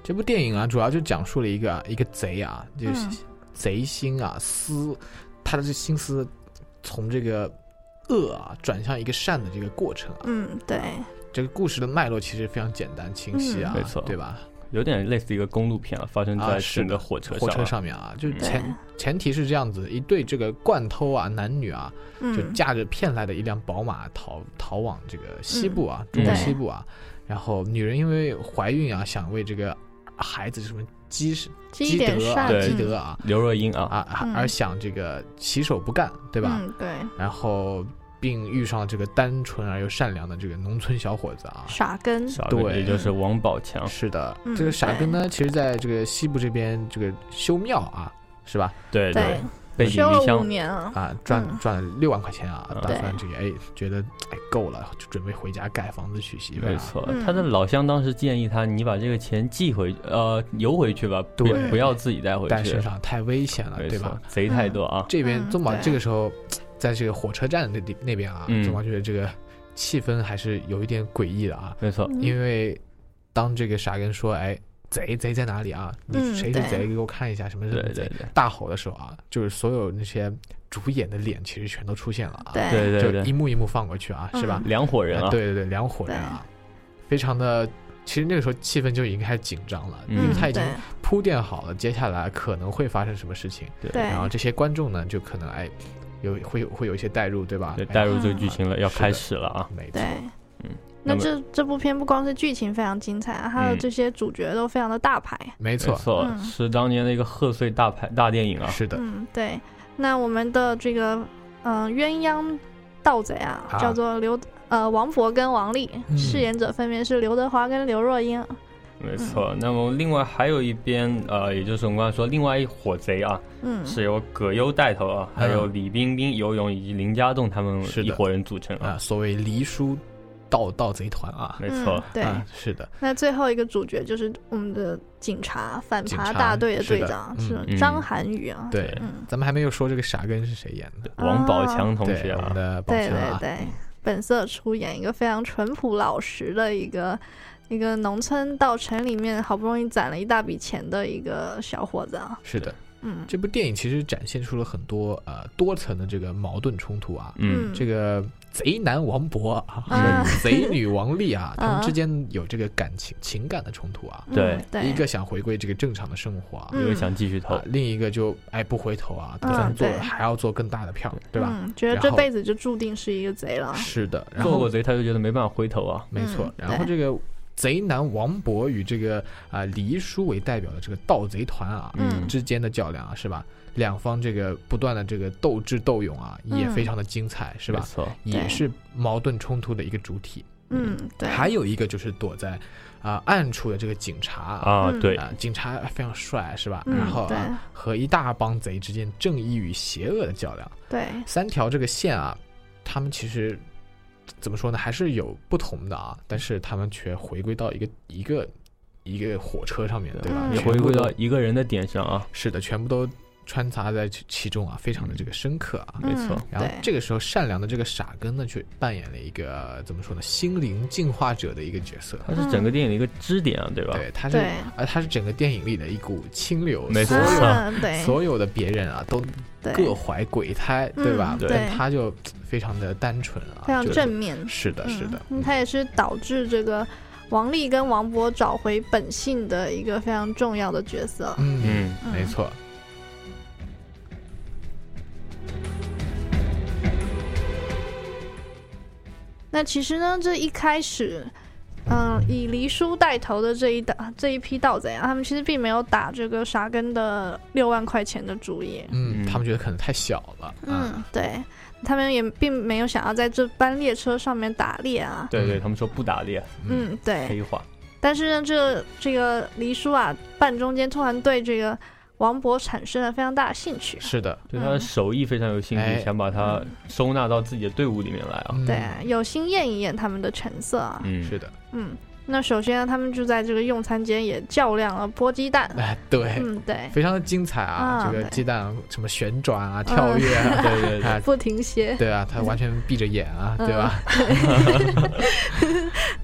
Speaker 4: 这部电影啊，主要就讲述了一个一个贼啊，就是
Speaker 3: 嗯
Speaker 4: 贼心啊，思他的这心思从这个恶啊转向一个善的这个过程啊。
Speaker 3: 嗯，对，
Speaker 4: 这个故事的脉络其实非常简单清晰啊，
Speaker 2: 嗯没错
Speaker 4: 对吧？
Speaker 2: 有点类似一个公路片啊，发生
Speaker 4: 啊
Speaker 2: 在
Speaker 4: 是
Speaker 2: 整个
Speaker 4: 的
Speaker 2: 火车上、
Speaker 4: 火车，上面啊，就是
Speaker 2: 嗯
Speaker 3: 对
Speaker 4: 前、，前提是这样子，一对这个惯偷啊男女啊，就
Speaker 3: 嗯，
Speaker 4: 驾着骗来的一辆宝马逃逃往这个西部啊，中国
Speaker 3: 嗯对
Speaker 4: 西部啊，然后女人因为怀孕啊，想为这个孩子什么积
Speaker 3: 积
Speaker 4: 积
Speaker 3: 一点
Speaker 4: 德啊
Speaker 3: 善，
Speaker 2: 对
Speaker 4: 积
Speaker 3: 嗯
Speaker 4: 德，啊
Speaker 2: 刘若英啊，
Speaker 4: 啊啊
Speaker 3: 嗯
Speaker 4: 而想这个洗手不干，对吧？啊
Speaker 3: 嗯，对，
Speaker 4: 然后并遇上这个单纯而又善良的这个农村小伙子啊，
Speaker 3: 傻根，
Speaker 2: 傻根
Speaker 4: 对
Speaker 2: 也就是王宝强。
Speaker 4: 是的，
Speaker 3: 嗯
Speaker 4: 这个傻根呢，其实在这个西部这边这个修庙啊，是吧？
Speaker 2: 对
Speaker 3: 对，
Speaker 2: 背井
Speaker 3: 修
Speaker 2: 离
Speaker 3: 了五
Speaker 2: 乡，
Speaker 3: 年啊，
Speaker 4: 啊，赚
Speaker 3: 嗯
Speaker 4: 赚了六万块钱啊，
Speaker 2: 嗯
Speaker 4: 打
Speaker 3: 对
Speaker 4: 算这个哎，觉得哎够了，就准备回家盖房子娶媳妇儿
Speaker 2: 没
Speaker 4: 啊。
Speaker 2: 错
Speaker 3: 嗯，
Speaker 2: 他的老乡当时建议他，你把这个钱寄回呃邮回去吧，不
Speaker 4: 对
Speaker 2: 不要自己带回
Speaker 4: 带
Speaker 2: 去
Speaker 4: 身，上太危险了，
Speaker 2: 没
Speaker 4: 对
Speaker 2: 错
Speaker 4: 吧？，
Speaker 2: 贼太多啊，
Speaker 4: 这边
Speaker 3: 嗯
Speaker 4: 宗宝
Speaker 3: 对
Speaker 4: 这个时候，在这个火车站那地那边啊，
Speaker 2: 嗯
Speaker 4: 宗宝觉得这个气氛还是有一点诡异的啊，
Speaker 2: 没错，
Speaker 3: 嗯
Speaker 4: 因为当这个傻根说哎贼贼在哪里啊，你
Speaker 3: 嗯
Speaker 4: 谁是
Speaker 3: 对
Speaker 4: 贼，给我看一下什么什
Speaker 2: 对
Speaker 4: 么
Speaker 2: 对
Speaker 4: 贼
Speaker 2: 对，
Speaker 4: 大吼的时候啊，就是所有那些主演的脸其实全都出现了啊，
Speaker 3: 对嗯
Speaker 2: 对对
Speaker 4: 就一
Speaker 2: 对，
Speaker 4: 幕一幕放过去啊，是吧？
Speaker 2: 两伙人
Speaker 4: 啊
Speaker 2: 啊，
Speaker 4: 对对对，两伙人啊，非常的。其实那个时候气氛就已经开始紧张了，因为
Speaker 3: 嗯
Speaker 4: 他已经
Speaker 3: 对
Speaker 4: 铺垫好了接下来可能会发生什么事情，
Speaker 3: 对，
Speaker 4: 然后这些观众呢就可能哎有会会有一些代入，对吧？
Speaker 2: 对，
Speaker 4: 哎
Speaker 2: 带入这个剧情了，要
Speaker 4: 是的
Speaker 2: 开始了啊，
Speaker 4: 没错
Speaker 3: 嗯对，，
Speaker 2: 嗯。
Speaker 3: 那
Speaker 2: 那么
Speaker 3: 这这部片不光是剧情非常精彩啊，它的
Speaker 2: 嗯
Speaker 3: 这些主角都非常的大牌。
Speaker 4: 没
Speaker 2: 没
Speaker 4: 错，
Speaker 2: 错，
Speaker 3: 嗯
Speaker 2: 是当年的一个贺岁大牌大电影啊，
Speaker 4: 是的，
Speaker 3: 嗯，对。那我们的这个嗯、呃鸳鸯盗贼啊，
Speaker 4: 啊
Speaker 3: 叫做刘呃王勃跟王丽，
Speaker 4: 嗯
Speaker 3: 饰演者分别是刘德华跟刘若英。嗯
Speaker 2: 没错。那么另外还有一边，呃，也就是我们刚才说另外一伙贼啊，
Speaker 3: 嗯，
Speaker 2: 是由葛优带头啊，还有李冰冰、游泳以及林家栋他们
Speaker 4: 嗯是的
Speaker 2: 一伙人组成啊
Speaker 4: 啊，，所谓黎叔盗盗贼团啊，
Speaker 2: 没错
Speaker 3: 嗯，，对。
Speaker 4: 啊是的，
Speaker 3: 那最后一个主角就是我们的警察反
Speaker 4: 警
Speaker 3: 扒
Speaker 4: 察
Speaker 3: 大队的
Speaker 4: 是
Speaker 3: 队
Speaker 4: 的
Speaker 3: 长，
Speaker 4: 嗯
Speaker 3: 是
Speaker 2: 嗯
Speaker 3: 张涵予啊。
Speaker 4: 对
Speaker 3: 嗯，
Speaker 4: 咱们还没有说这个傻根是谁演的，
Speaker 2: 王宝强同学
Speaker 4: 对，我
Speaker 2: 啊
Speaker 4: 们，的宝
Speaker 3: 对
Speaker 4: 强
Speaker 3: 对
Speaker 4: 啊，
Speaker 3: 对，本色出演一个非常淳朴老实的一个一个农村到城里面好不容易攒了一大笔钱的一个小伙子啊。
Speaker 4: 是的，
Speaker 3: 嗯
Speaker 4: 这部电影其实展现出了很多呃多层的这个矛盾冲突啊，
Speaker 2: 嗯，
Speaker 4: 这个贼男王勃
Speaker 3: 啊
Speaker 4: 啊，贼女王
Speaker 3: [LAUGHS]
Speaker 4: 丽啊，他们
Speaker 3: 啊
Speaker 4: 之间有这个感情情感的冲突啊，
Speaker 3: 嗯
Speaker 2: 对
Speaker 3: 对，
Speaker 4: 一个想回归这个正常的生活啊，
Speaker 3: 嗯
Speaker 2: 因为想继续投
Speaker 4: 啊，另一个就哎不回头啊，打
Speaker 3: 嗯
Speaker 4: 算做
Speaker 3: 对
Speaker 4: 还要做更大的票，对吧？
Speaker 3: 嗯，觉得
Speaker 4: 然
Speaker 3: 这
Speaker 4: 后
Speaker 3: 辈子就注定是一个贼了。
Speaker 4: 是的，然
Speaker 2: 做
Speaker 4: 后
Speaker 2: 过贼，他就觉得没办法回头啊，
Speaker 4: 没错
Speaker 3: 嗯，
Speaker 4: 然后这个。贼男王勃与这个啊、黎叔为代表的这个盗贼团啊、
Speaker 3: 嗯
Speaker 4: 之间的较量啊，是吧？两方这个不断的这个斗智斗勇啊，也
Speaker 3: 嗯
Speaker 4: 非常的精彩，是
Speaker 2: 没
Speaker 4: 吧？
Speaker 2: 错，
Speaker 4: 也
Speaker 3: 对
Speaker 4: 是矛盾冲突的一个主体。
Speaker 3: 嗯，对，
Speaker 4: 还有一个就是躲在啊、暗处的这个警察啊，
Speaker 2: 啊，
Speaker 3: 嗯
Speaker 2: 对，
Speaker 4: 啊警察非常帅是吧？
Speaker 3: 嗯
Speaker 4: 然后、啊、
Speaker 3: 对
Speaker 4: 和一大帮贼之间正义与邪恶的较量，
Speaker 3: 对，
Speaker 4: 三条这个线啊，他们其实怎么说呢，还是有不同的啊，但是他们却回归到一个一个一个火车上面，对吧？
Speaker 3: 嗯
Speaker 2: 也
Speaker 4: 全部
Speaker 2: 回归
Speaker 4: 都
Speaker 2: 到一个人的点上啊，
Speaker 4: 是的，全部都穿插在其其中啊，非常的这个深刻啊。
Speaker 2: 没错
Speaker 3: 嗯
Speaker 4: 然后
Speaker 3: 对
Speaker 4: 这个时候，善良的这个傻根呢，却扮演了一个怎么说呢，心灵净化者的一个角色。
Speaker 2: 他是整个电影的一个支点啊，对吧？
Speaker 4: 嗯对，他是
Speaker 3: 对
Speaker 4: 啊，他是整个电影里的一股清流，
Speaker 2: 没
Speaker 4: 所
Speaker 2: 错
Speaker 4: 有
Speaker 3: 啊对，
Speaker 4: 所有的别人啊都
Speaker 3: 对
Speaker 4: 各怀鬼胎，
Speaker 3: 嗯
Speaker 4: 对吧？
Speaker 3: 对
Speaker 4: 但他就嘖非常的单纯啊，
Speaker 3: 非常
Speaker 4: 就是
Speaker 3: 正面。
Speaker 4: 是的，是的，
Speaker 3: 嗯，他也是导致这个王丽跟王勃找回本性的一个非常重要的角色。
Speaker 4: 嗯，
Speaker 2: 嗯，
Speaker 4: 没错。
Speaker 3: 那其实呢，这一开始，嗯、以黎叔带头的这一打这一批盗贼啊，他们其实并没有打这个傻根的六万块钱的主意。
Speaker 4: 嗯，
Speaker 2: 嗯
Speaker 4: 他们觉得可能太小了，啊，
Speaker 3: 嗯，对他们也并没有想要在这班列车上面打猎啊。
Speaker 2: 对对，他们说不打猎，
Speaker 4: 嗯
Speaker 3: 嗯，对。
Speaker 2: 黑化，
Speaker 3: 但是呢，这这个黎叔啊，半中间突然对这个王勃产生了非常大的兴趣。啊
Speaker 4: 是的，
Speaker 2: 对他的手艺非常有兴
Speaker 4: 哎
Speaker 2: 趣，想把他收纳到自己的队伍里面来啊，
Speaker 4: 嗯
Speaker 3: 对，有心验一验他们的成色啊。
Speaker 2: 嗯，
Speaker 4: 是的，
Speaker 3: 嗯，那首先呢，他们就在这个用餐间也较量了剥鸡蛋。
Speaker 4: 哎，对，
Speaker 3: 嗯，对，
Speaker 4: 非常的精彩啊！
Speaker 3: 啊
Speaker 4: 这个
Speaker 3: 对嗯
Speaker 4: 鸡蛋什么旋转啊、跳
Speaker 2: [LAUGHS]
Speaker 4: 跃啊，
Speaker 2: 对对对，
Speaker 4: 啊，
Speaker 3: [LAUGHS] 不停歇。
Speaker 4: 对啊，他完全闭着眼啊，
Speaker 3: 嗯
Speaker 4: 对吧？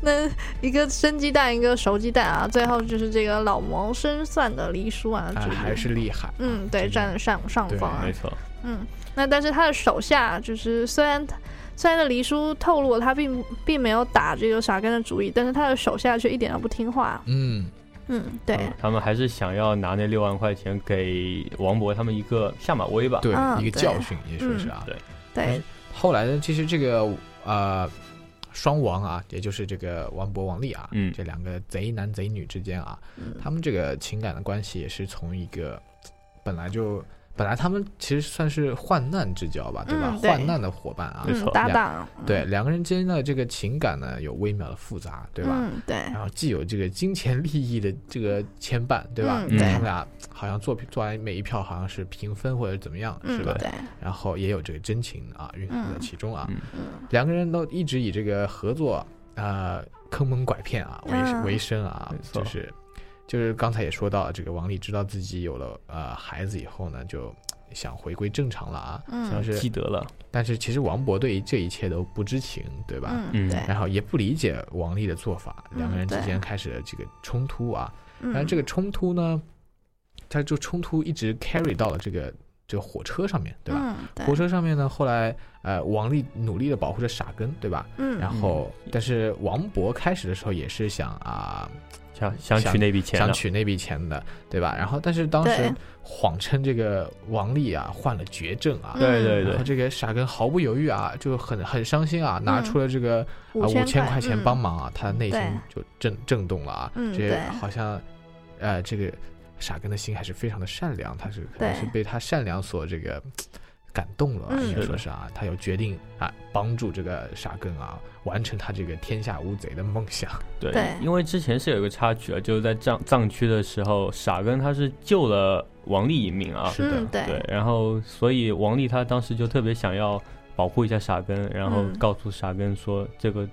Speaker 3: 那一个生鸡蛋，一个熟鸡蛋啊，最后就是这个老谋深算的黎叔啊，
Speaker 4: 啊
Speaker 3: 主
Speaker 4: 还是厉害啊，
Speaker 3: 嗯，
Speaker 4: 这
Speaker 3: 对，
Speaker 4: 个
Speaker 3: 占了上上
Speaker 4: 对
Speaker 3: 风啊
Speaker 2: 没。错，
Speaker 3: 嗯，那但是他的手下就是虽然他虽然的黎叔透露了他并不并没有打这个傻根的主意，但是他的手下却一点都不听话。
Speaker 4: 嗯，
Speaker 3: 嗯，对，
Speaker 2: 嗯他们还是想要拿那六万块钱给王勃他们一个下马威吧，
Speaker 4: 对，
Speaker 3: 嗯
Speaker 4: 一个
Speaker 3: 对
Speaker 4: 教训也说是啊。
Speaker 2: 嗯
Speaker 3: 对，
Speaker 4: 后来呢，其实这个呃，双王啊，也就是这个王勃、王丽啊，
Speaker 2: 嗯
Speaker 4: 这两个贼男贼女之间啊，
Speaker 3: 嗯
Speaker 4: 他们这个情感的关系也是从一个本来就本来他们其实算是患难之交吧，对吧？
Speaker 3: 嗯对
Speaker 4: 患难的伙伴啊，
Speaker 3: 嗯，搭档，
Speaker 4: 对两个人之间的这个情感呢，有微妙的复杂，对吧？
Speaker 3: 嗯，对，
Speaker 4: 然后既有这个金钱利益的这个牵绊，对吧？
Speaker 3: 嗯对
Speaker 4: 他们俩好像做做完每一票好像是平分或者怎么样，
Speaker 3: 嗯，
Speaker 4: 是吧？
Speaker 3: 对，
Speaker 4: 然后也有这个真情啊蕴含在
Speaker 3: 嗯
Speaker 4: 其中啊。
Speaker 2: 嗯
Speaker 4: 两个人都一直以这个合作呃坑蒙拐骗啊为、
Speaker 3: 嗯
Speaker 4: 为生啊
Speaker 2: 没，错
Speaker 4: 就是就是刚才也说到，这个王丽知道自己有了呃孩子以后呢，就想回归正常了啊。
Speaker 3: 嗯
Speaker 4: 像是
Speaker 2: 记得了，
Speaker 4: 但是其实王勃对于这一切都不知情，对吧？哎
Speaker 3: 嗯，对，
Speaker 4: 然后也不理解王丽的做法，
Speaker 3: 嗯
Speaker 4: 两个人之
Speaker 3: 对
Speaker 4: 间开始了这个冲突啊。
Speaker 3: 嗯，
Speaker 4: 然后这个冲突呢，他就冲突一直 carry 到了这个这个火车上面，对吧？
Speaker 3: 嗯，对
Speaker 4: 火，车上面呢，后来呃，王丽努力的保护着傻根，对吧？
Speaker 3: 嗯，
Speaker 4: 然后，但是王勃开始的时候也是想啊，
Speaker 2: 想想
Speaker 4: 想
Speaker 2: 取那笔钱啊
Speaker 4: 想
Speaker 2: 了，
Speaker 4: 取那笔钱的，对吧？然后，但是当时
Speaker 3: 对
Speaker 4: 谎称这个王丽啊患了绝症
Speaker 3: 嗯
Speaker 4: 啊，
Speaker 2: 对对
Speaker 4: 然后
Speaker 2: 对，
Speaker 4: 这个傻根毫不犹豫啊，就很很伤心
Speaker 3: 嗯
Speaker 4: 啊，拿出了这个啊五
Speaker 3: 千
Speaker 4: 千块钱帮
Speaker 3: 忙，
Speaker 4: 忙啊，他的内心
Speaker 3: 嗯对
Speaker 4: 就震震动了啊，
Speaker 3: 嗯
Speaker 4: 这
Speaker 3: 对
Speaker 4: 好像呃这个傻根的心还是非常的善良，他是可能
Speaker 3: 对
Speaker 4: 是被他善良所这个。感动了啊，
Speaker 3: 嗯
Speaker 4: 应该
Speaker 2: 是
Speaker 4: 说
Speaker 2: 的
Speaker 4: 是啊，他有决定啊，帮助这个傻根啊，完成他这个天下无贼的梦想。
Speaker 2: 对，
Speaker 3: 对
Speaker 2: 因为之前是有一个插曲啊，就是在藏藏区的时候，傻根他是救了王丽一命啊，
Speaker 4: 是的
Speaker 3: 嗯，，
Speaker 2: 对
Speaker 3: 对，，
Speaker 2: 然后所以王丽她当时就特别想要保护一下傻根，然后
Speaker 3: 嗯
Speaker 2: 告诉傻根说这个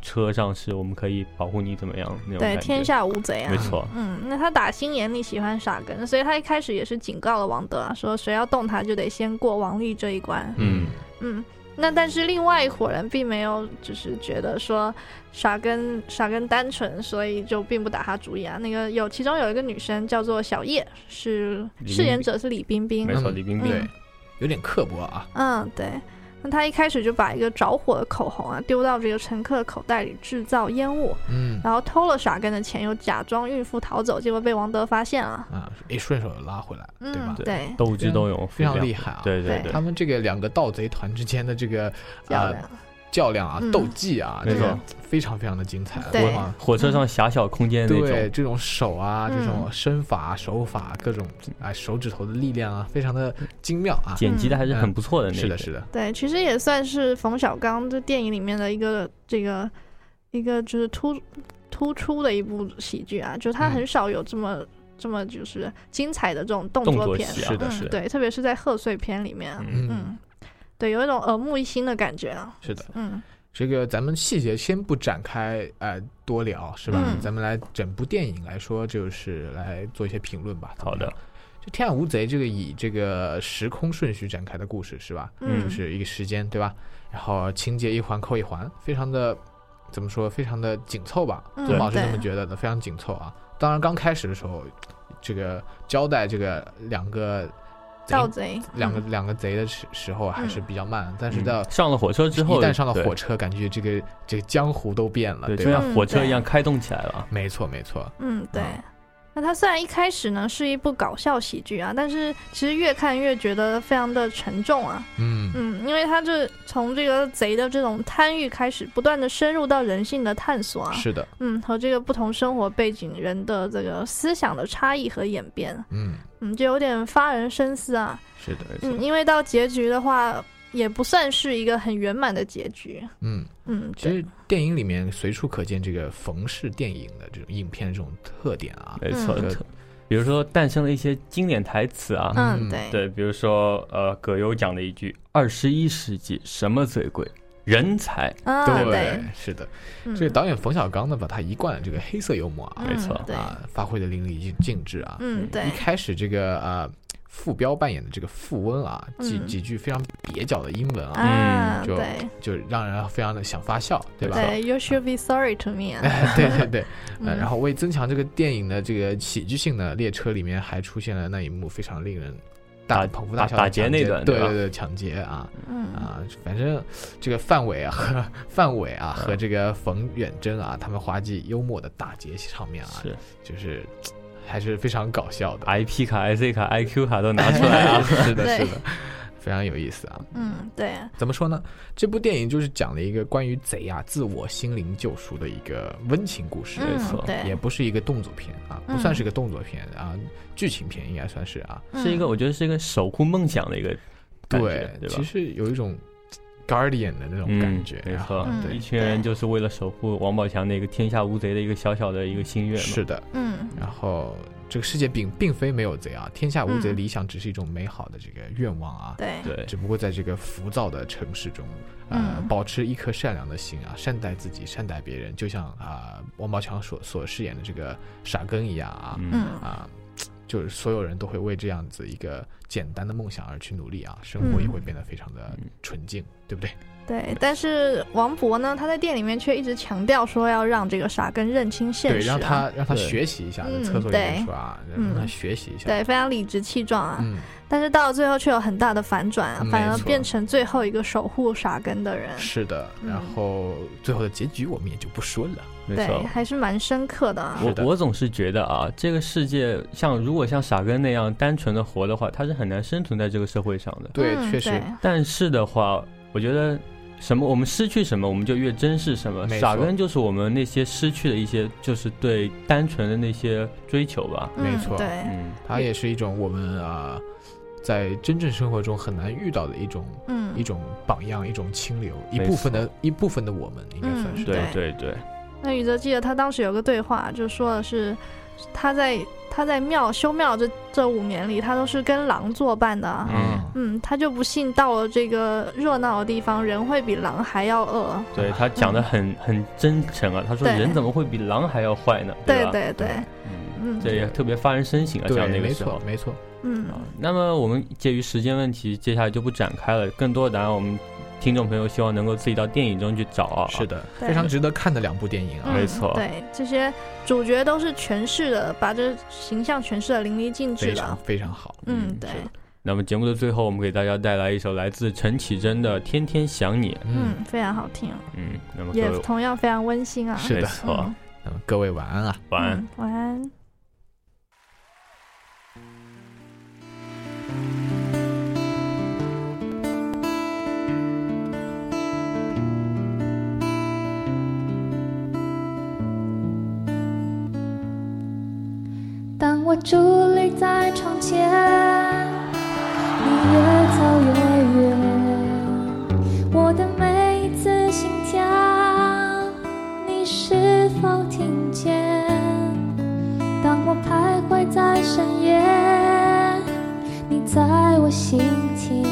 Speaker 2: 车上是我们可以保护你怎么样那种
Speaker 3: 对，
Speaker 2: 感觉
Speaker 3: 天下无贼啊
Speaker 2: 没。错，
Speaker 3: 嗯，那他打心眼里喜欢傻根，所以他一开始也是警告了王德啊，说谁要动他就得先过王丽这一关。
Speaker 2: 嗯，
Speaker 3: 嗯，那但是另外一伙人并没有，就是觉得说傻根傻根单纯，所以就并不打他主意啊。那个有其中有一个女生叫做小叶，是
Speaker 2: 李冰冰
Speaker 3: 饰演者是李冰冰
Speaker 2: 没。错，
Speaker 4: 嗯
Speaker 2: 李冰冰
Speaker 4: 对，有点刻薄啊，
Speaker 3: 嗯，对。那她一开始就把一个着火的口红啊丢到这个乘客口袋里，制造烟雾，
Speaker 4: 嗯
Speaker 3: 然后偷了傻根的钱，又假装孕妇逃走，结果被王德发现了。
Speaker 4: 啊，一顺手拉回来，对啊吧
Speaker 3: 嗯，？对，
Speaker 2: 斗智斗勇，
Speaker 4: 非常
Speaker 2: 量
Speaker 4: 厉害啊。
Speaker 2: 对对
Speaker 3: 对
Speaker 4: 他们这个两个盗贼团之间的这个
Speaker 3: 漂
Speaker 4: 呃
Speaker 3: 亮。
Speaker 4: 较量啊、
Speaker 3: 嗯
Speaker 4: 斗技啊，
Speaker 2: 没
Speaker 4: 这
Speaker 2: 错
Speaker 4: 种非常非常的精彩，啊
Speaker 3: 对
Speaker 4: 对吗？
Speaker 2: 火车上狭小空间的那
Speaker 4: 嗯对
Speaker 2: 种，
Speaker 4: 这种手啊，
Speaker 3: 嗯
Speaker 4: 这种身法、手法，各种哎手指头的力量啊，非常的精妙啊。
Speaker 2: 剪辑的还是很不错的那
Speaker 4: 是
Speaker 2: 一
Speaker 4: 的，
Speaker 2: 种，
Speaker 4: 是的，
Speaker 3: 对，其实也算是冯小刚这电影里面的一个这个一个就是突突出的一部喜剧啊，就是他
Speaker 4: 嗯
Speaker 3: 很少有这么、这么就是精彩的这种动
Speaker 2: 动
Speaker 3: 作
Speaker 2: 作
Speaker 3: 片，
Speaker 2: 戏啊，
Speaker 4: 是的是
Speaker 3: 嗯，对，特别是在贺岁片里面，
Speaker 2: 嗯
Speaker 3: 嗯
Speaker 4: 嗯，
Speaker 3: 对，有一种耳目一新的感觉啊，
Speaker 4: 是的。
Speaker 3: 嗯
Speaker 4: 这个咱们细节先不展开，呃，多聊是吧？
Speaker 3: 嗯
Speaker 4: 咱们来整部电影来说，就是来做一些评论吧。
Speaker 2: 好的，
Speaker 4: 就《天下无贼》这个以这个时空顺序展开的故事是吧？
Speaker 3: 嗯
Speaker 4: 就，是一个时间，对吧？然后情节一环扣一环，非常的怎么说，非常的紧凑吧？
Speaker 3: 嗯
Speaker 4: 宗宝是
Speaker 3: 对
Speaker 4: 这么觉得的，非常紧凑啊。当然，刚开始的时候，这个交代这个两个贼
Speaker 3: 盗贼，
Speaker 4: 两个
Speaker 3: 嗯
Speaker 4: 两个贼的时时候还是比较慢，但是
Speaker 2: 嗯
Speaker 4: 到
Speaker 2: 上了火车之后，
Speaker 4: 一旦上了
Speaker 2: 对
Speaker 4: 火车，感觉这个这个江湖都变了，
Speaker 2: 对，就
Speaker 4: 对吧？
Speaker 2: 像火车
Speaker 3: 嗯
Speaker 2: 一样开动起来了，
Speaker 4: 没错，没错，
Speaker 3: 嗯，对
Speaker 4: 啊。
Speaker 3: 那它虽然一开始呢是一部搞笑喜剧啊，但是其实越看越觉得非常的沉重啊。
Speaker 4: 嗯
Speaker 3: 嗯，因为他是从这个贼的这种贪欲开始，不断的深入到人性的探索啊，
Speaker 4: 是的，
Speaker 3: 嗯，和这个不同生活背景人的这个思想的差异和演变，
Speaker 4: 嗯，
Speaker 3: 嗯，就有点发人深思啊，
Speaker 4: 是的，
Speaker 3: 嗯，因为到结局的话，也不算是一个很圆满的结局，
Speaker 4: 嗯。
Speaker 3: 嗯，
Speaker 4: 其
Speaker 3: 对，
Speaker 4: 实电影里面随处可见这个冯氏电影的这种影片的这种特点啊，
Speaker 2: 没错
Speaker 4: 嗯，
Speaker 2: 特比如说诞生了一些经典台词啊，
Speaker 3: 嗯，
Speaker 4: 嗯
Speaker 3: 对，
Speaker 2: 对，比如说呃，葛优讲的一句：“二十一世纪什么最贵？人才。
Speaker 3: 啊，对，
Speaker 4: 是的，
Speaker 3: 嗯
Speaker 4: 这个导演冯小刚呢，把他一贯的这个黑色幽默啊，
Speaker 2: 没错
Speaker 3: 嗯对，
Speaker 4: 啊，发挥的淋漓尽尽致啊。
Speaker 3: 嗯，对
Speaker 4: 一，开始这个呃，傅彪扮演的这个富翁啊，几
Speaker 3: 嗯
Speaker 4: 几句非常蹩脚的英文啊，
Speaker 3: 啊，
Speaker 4: 就
Speaker 3: 对，
Speaker 4: 就让人非常的想发笑，对吧？
Speaker 3: 对，You should be sorry to me 啊，
Speaker 4: 哎 [LAUGHS] 对对对，呃，
Speaker 3: 嗯
Speaker 4: 然后为增强这个电影的这个喜剧性呢，列车里面还出现了那一幕非常令人大
Speaker 2: 打
Speaker 4: 捧腹大笑的
Speaker 2: 打打劫
Speaker 4: 抢
Speaker 2: 那段
Speaker 4: 对
Speaker 2: 对吧
Speaker 4: 对对，抢劫啊
Speaker 3: 嗯，
Speaker 4: 啊，反正这个范伟啊 [LAUGHS] 和范伟啊
Speaker 2: 嗯
Speaker 4: 和这个冯远征啊，他们滑稽幽默的打劫场面啊，
Speaker 2: 是
Speaker 4: 就是还是非常搞笑的。
Speaker 2: [LAUGHS]
Speaker 4: [LAUGHS]
Speaker 2: IP 卡、IC 卡、IQ 卡都拿出来啊！
Speaker 4: 是的，
Speaker 3: 对
Speaker 4: 是的。非常有意思啊。
Speaker 3: 嗯，对，
Speaker 4: 怎么说呢？这部电影就是讲了一个关于贼啊自我心灵救赎的一个温情故事，
Speaker 3: 嗯没错对
Speaker 4: 也不是一个动作片啊，
Speaker 3: 嗯
Speaker 4: 不算是个动作片啊，剧情片应该算是啊。
Speaker 3: 嗯
Speaker 2: 是一个我觉得是一个守护梦想的一个感觉，对吧？
Speaker 4: 其实有一种 guardian 的那种感觉，
Speaker 2: 嗯、没
Speaker 4: 然后
Speaker 2: 错，
Speaker 3: 嗯
Speaker 2: 一
Speaker 4: 对，
Speaker 2: 群人就是为了守护王宝强那个天下无贼的一个小小的一个心愿嘛。
Speaker 4: 是的。
Speaker 3: 嗯
Speaker 4: 然后这个世界并并非没有贼啊，天下无贼
Speaker 3: 嗯
Speaker 4: 理想只是一种美好的这个愿望啊。
Speaker 3: 对，
Speaker 2: 对，
Speaker 4: 只不过在这个浮躁的城市中，呃，
Speaker 3: 嗯
Speaker 4: 保持一颗善良的心啊，善待自己，善待别人，就像啊、王宝强所所饰演的这个傻根一样啊，
Speaker 2: 嗯
Speaker 3: 嗯
Speaker 4: 啊、就是所有人都会为这样子一个简单的梦想而去努力啊，生活也会变得非常的
Speaker 2: 嗯
Speaker 4: 纯净，对不对？
Speaker 3: 对，但是王勃呢，他在店里面却一直强调说要让这个傻根认清现实、
Speaker 4: 对，
Speaker 3: 啊，
Speaker 4: 让他让他
Speaker 2: 对
Speaker 4: 学习一下，
Speaker 3: 嗯
Speaker 4: 厕所里面说啊，
Speaker 3: 对
Speaker 4: 让他
Speaker 3: 嗯
Speaker 4: 学习一下，
Speaker 3: 对非常理直气壮啊。
Speaker 4: 嗯，
Speaker 3: 但是到了最后却有很大的反转啊
Speaker 4: 没，
Speaker 3: 反而
Speaker 4: 错
Speaker 3: 变成最后一个守护傻根的人。
Speaker 4: 是的。
Speaker 3: 嗯
Speaker 4: 然后最后的结局我们也就不说了，
Speaker 2: 没
Speaker 3: 对，
Speaker 2: 错。
Speaker 3: 还是蛮深刻的啊。
Speaker 4: 是的
Speaker 2: 我我总是觉得啊，这个世界像如果像傻根那样单纯的活的话，他是很难生存在这个社会上的。
Speaker 4: 对，
Speaker 3: 嗯
Speaker 4: 确实
Speaker 3: 对
Speaker 2: 但是的话，我觉得什么我们失去什么，我们就越珍视什么。
Speaker 4: 没错
Speaker 2: 傻根就是我们那些失去的一些，就是对单纯的那些追求吧。
Speaker 4: 没
Speaker 3: 嗯
Speaker 4: 错
Speaker 3: 对，
Speaker 2: 嗯，
Speaker 4: 它也是一种我们啊、在真正生活中很难遇到的一种、
Speaker 3: 嗯，
Speaker 4: 一种榜样，一种清流，一
Speaker 2: 没
Speaker 4: 部分
Speaker 2: 错
Speaker 4: 的一部分的我们应该算
Speaker 3: 嗯
Speaker 4: 是、
Speaker 2: 对
Speaker 3: 对
Speaker 2: 对对，
Speaker 3: 那宇哲记得他当时有个对话，就说的是他在他在庙修庙这这五年里，他都是跟狼作伴的啊。
Speaker 4: 嗯
Speaker 2: 嗯，
Speaker 3: 嗯，他就不信到了这个热闹的地方，人会比狼还要饿。
Speaker 2: 对他讲的很很真诚啊，他说
Speaker 3: 对
Speaker 2: 人怎么会比狼还要坏呢？
Speaker 3: 对
Speaker 2: 吧？
Speaker 3: 对对，
Speaker 2: 嗯，
Speaker 3: 嗯，
Speaker 2: 这也特别发人深省啊，
Speaker 4: 对，
Speaker 2: 像那个
Speaker 4: 没
Speaker 2: 时候
Speaker 4: 错。没错，
Speaker 3: 嗯
Speaker 2: 啊，那么我们介于时间问题，接下来就不展开了。更多的答案，我们听众朋友希望能够自己到电影中去找啊。
Speaker 4: 是，的，
Speaker 3: 对
Speaker 4: 非常值得看的两部电影啊，
Speaker 3: 嗯
Speaker 2: 没错
Speaker 3: 对，这些主角都是诠释的，把这形象诠释的淋漓尽致
Speaker 4: 非常
Speaker 3: 嗯的。
Speaker 4: 非常好。
Speaker 3: 嗯，
Speaker 2: 嗯
Speaker 3: 对，
Speaker 2: 是那么节目的最后，我们给大家带来一首来自陈绮贞的《天天想你》。
Speaker 3: 嗯，非常好听，
Speaker 2: 嗯，那么各
Speaker 3: 也
Speaker 2: 位，
Speaker 3: 同样非常温馨啊。
Speaker 4: 是的
Speaker 2: 没错
Speaker 3: 嗯，
Speaker 4: 那么各位晚安啊。
Speaker 2: 晚安。
Speaker 3: 嗯晚安。
Speaker 5: 当我伫立在窗前，你越走越远。我的每一次心跳，你是否听见？当我徘徊在深夜，你在我心田。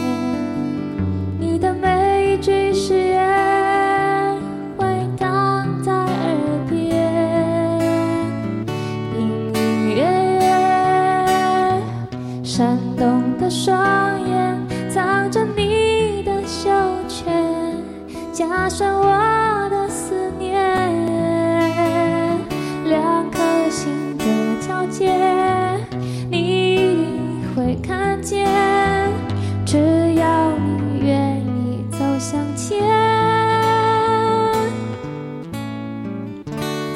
Speaker 5: 你的每一句誓言，回荡在耳边。隐隐约约，闪动的双眼藏着你的羞怯，加深我的思念。两颗心的交界，你会看见，只要你愿意走向前。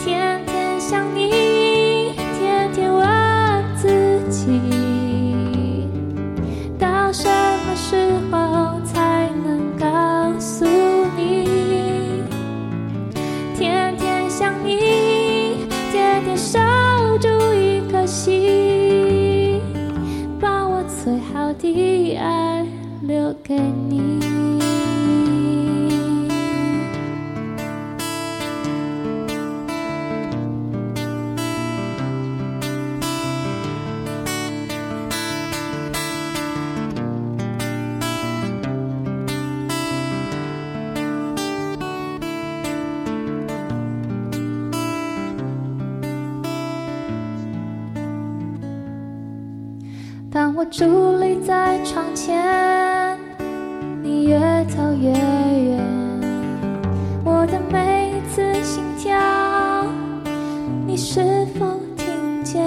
Speaker 5: 天天想你，天天问自己，到什么时候才能告诉你？天天想你，天天守住一颗心，把我最好的爱留给你。当我伫立在窗前，你越走越远，我的每一次心跳，你是否听见？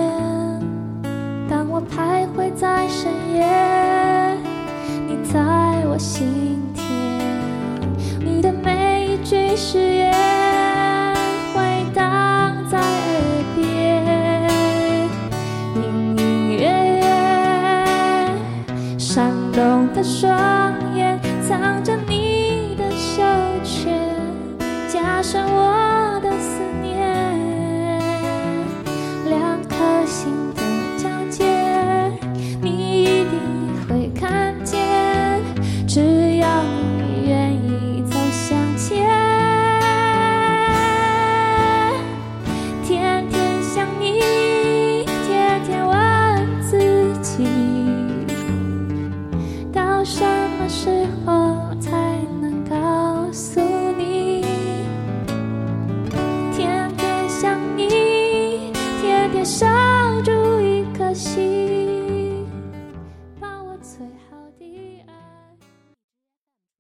Speaker 5: 当我徘徊在深夜，你在我心田，你的每一句誓言回荡在耳边。隐隐约约，闪动的双眼藏着你的羞怯，加深我。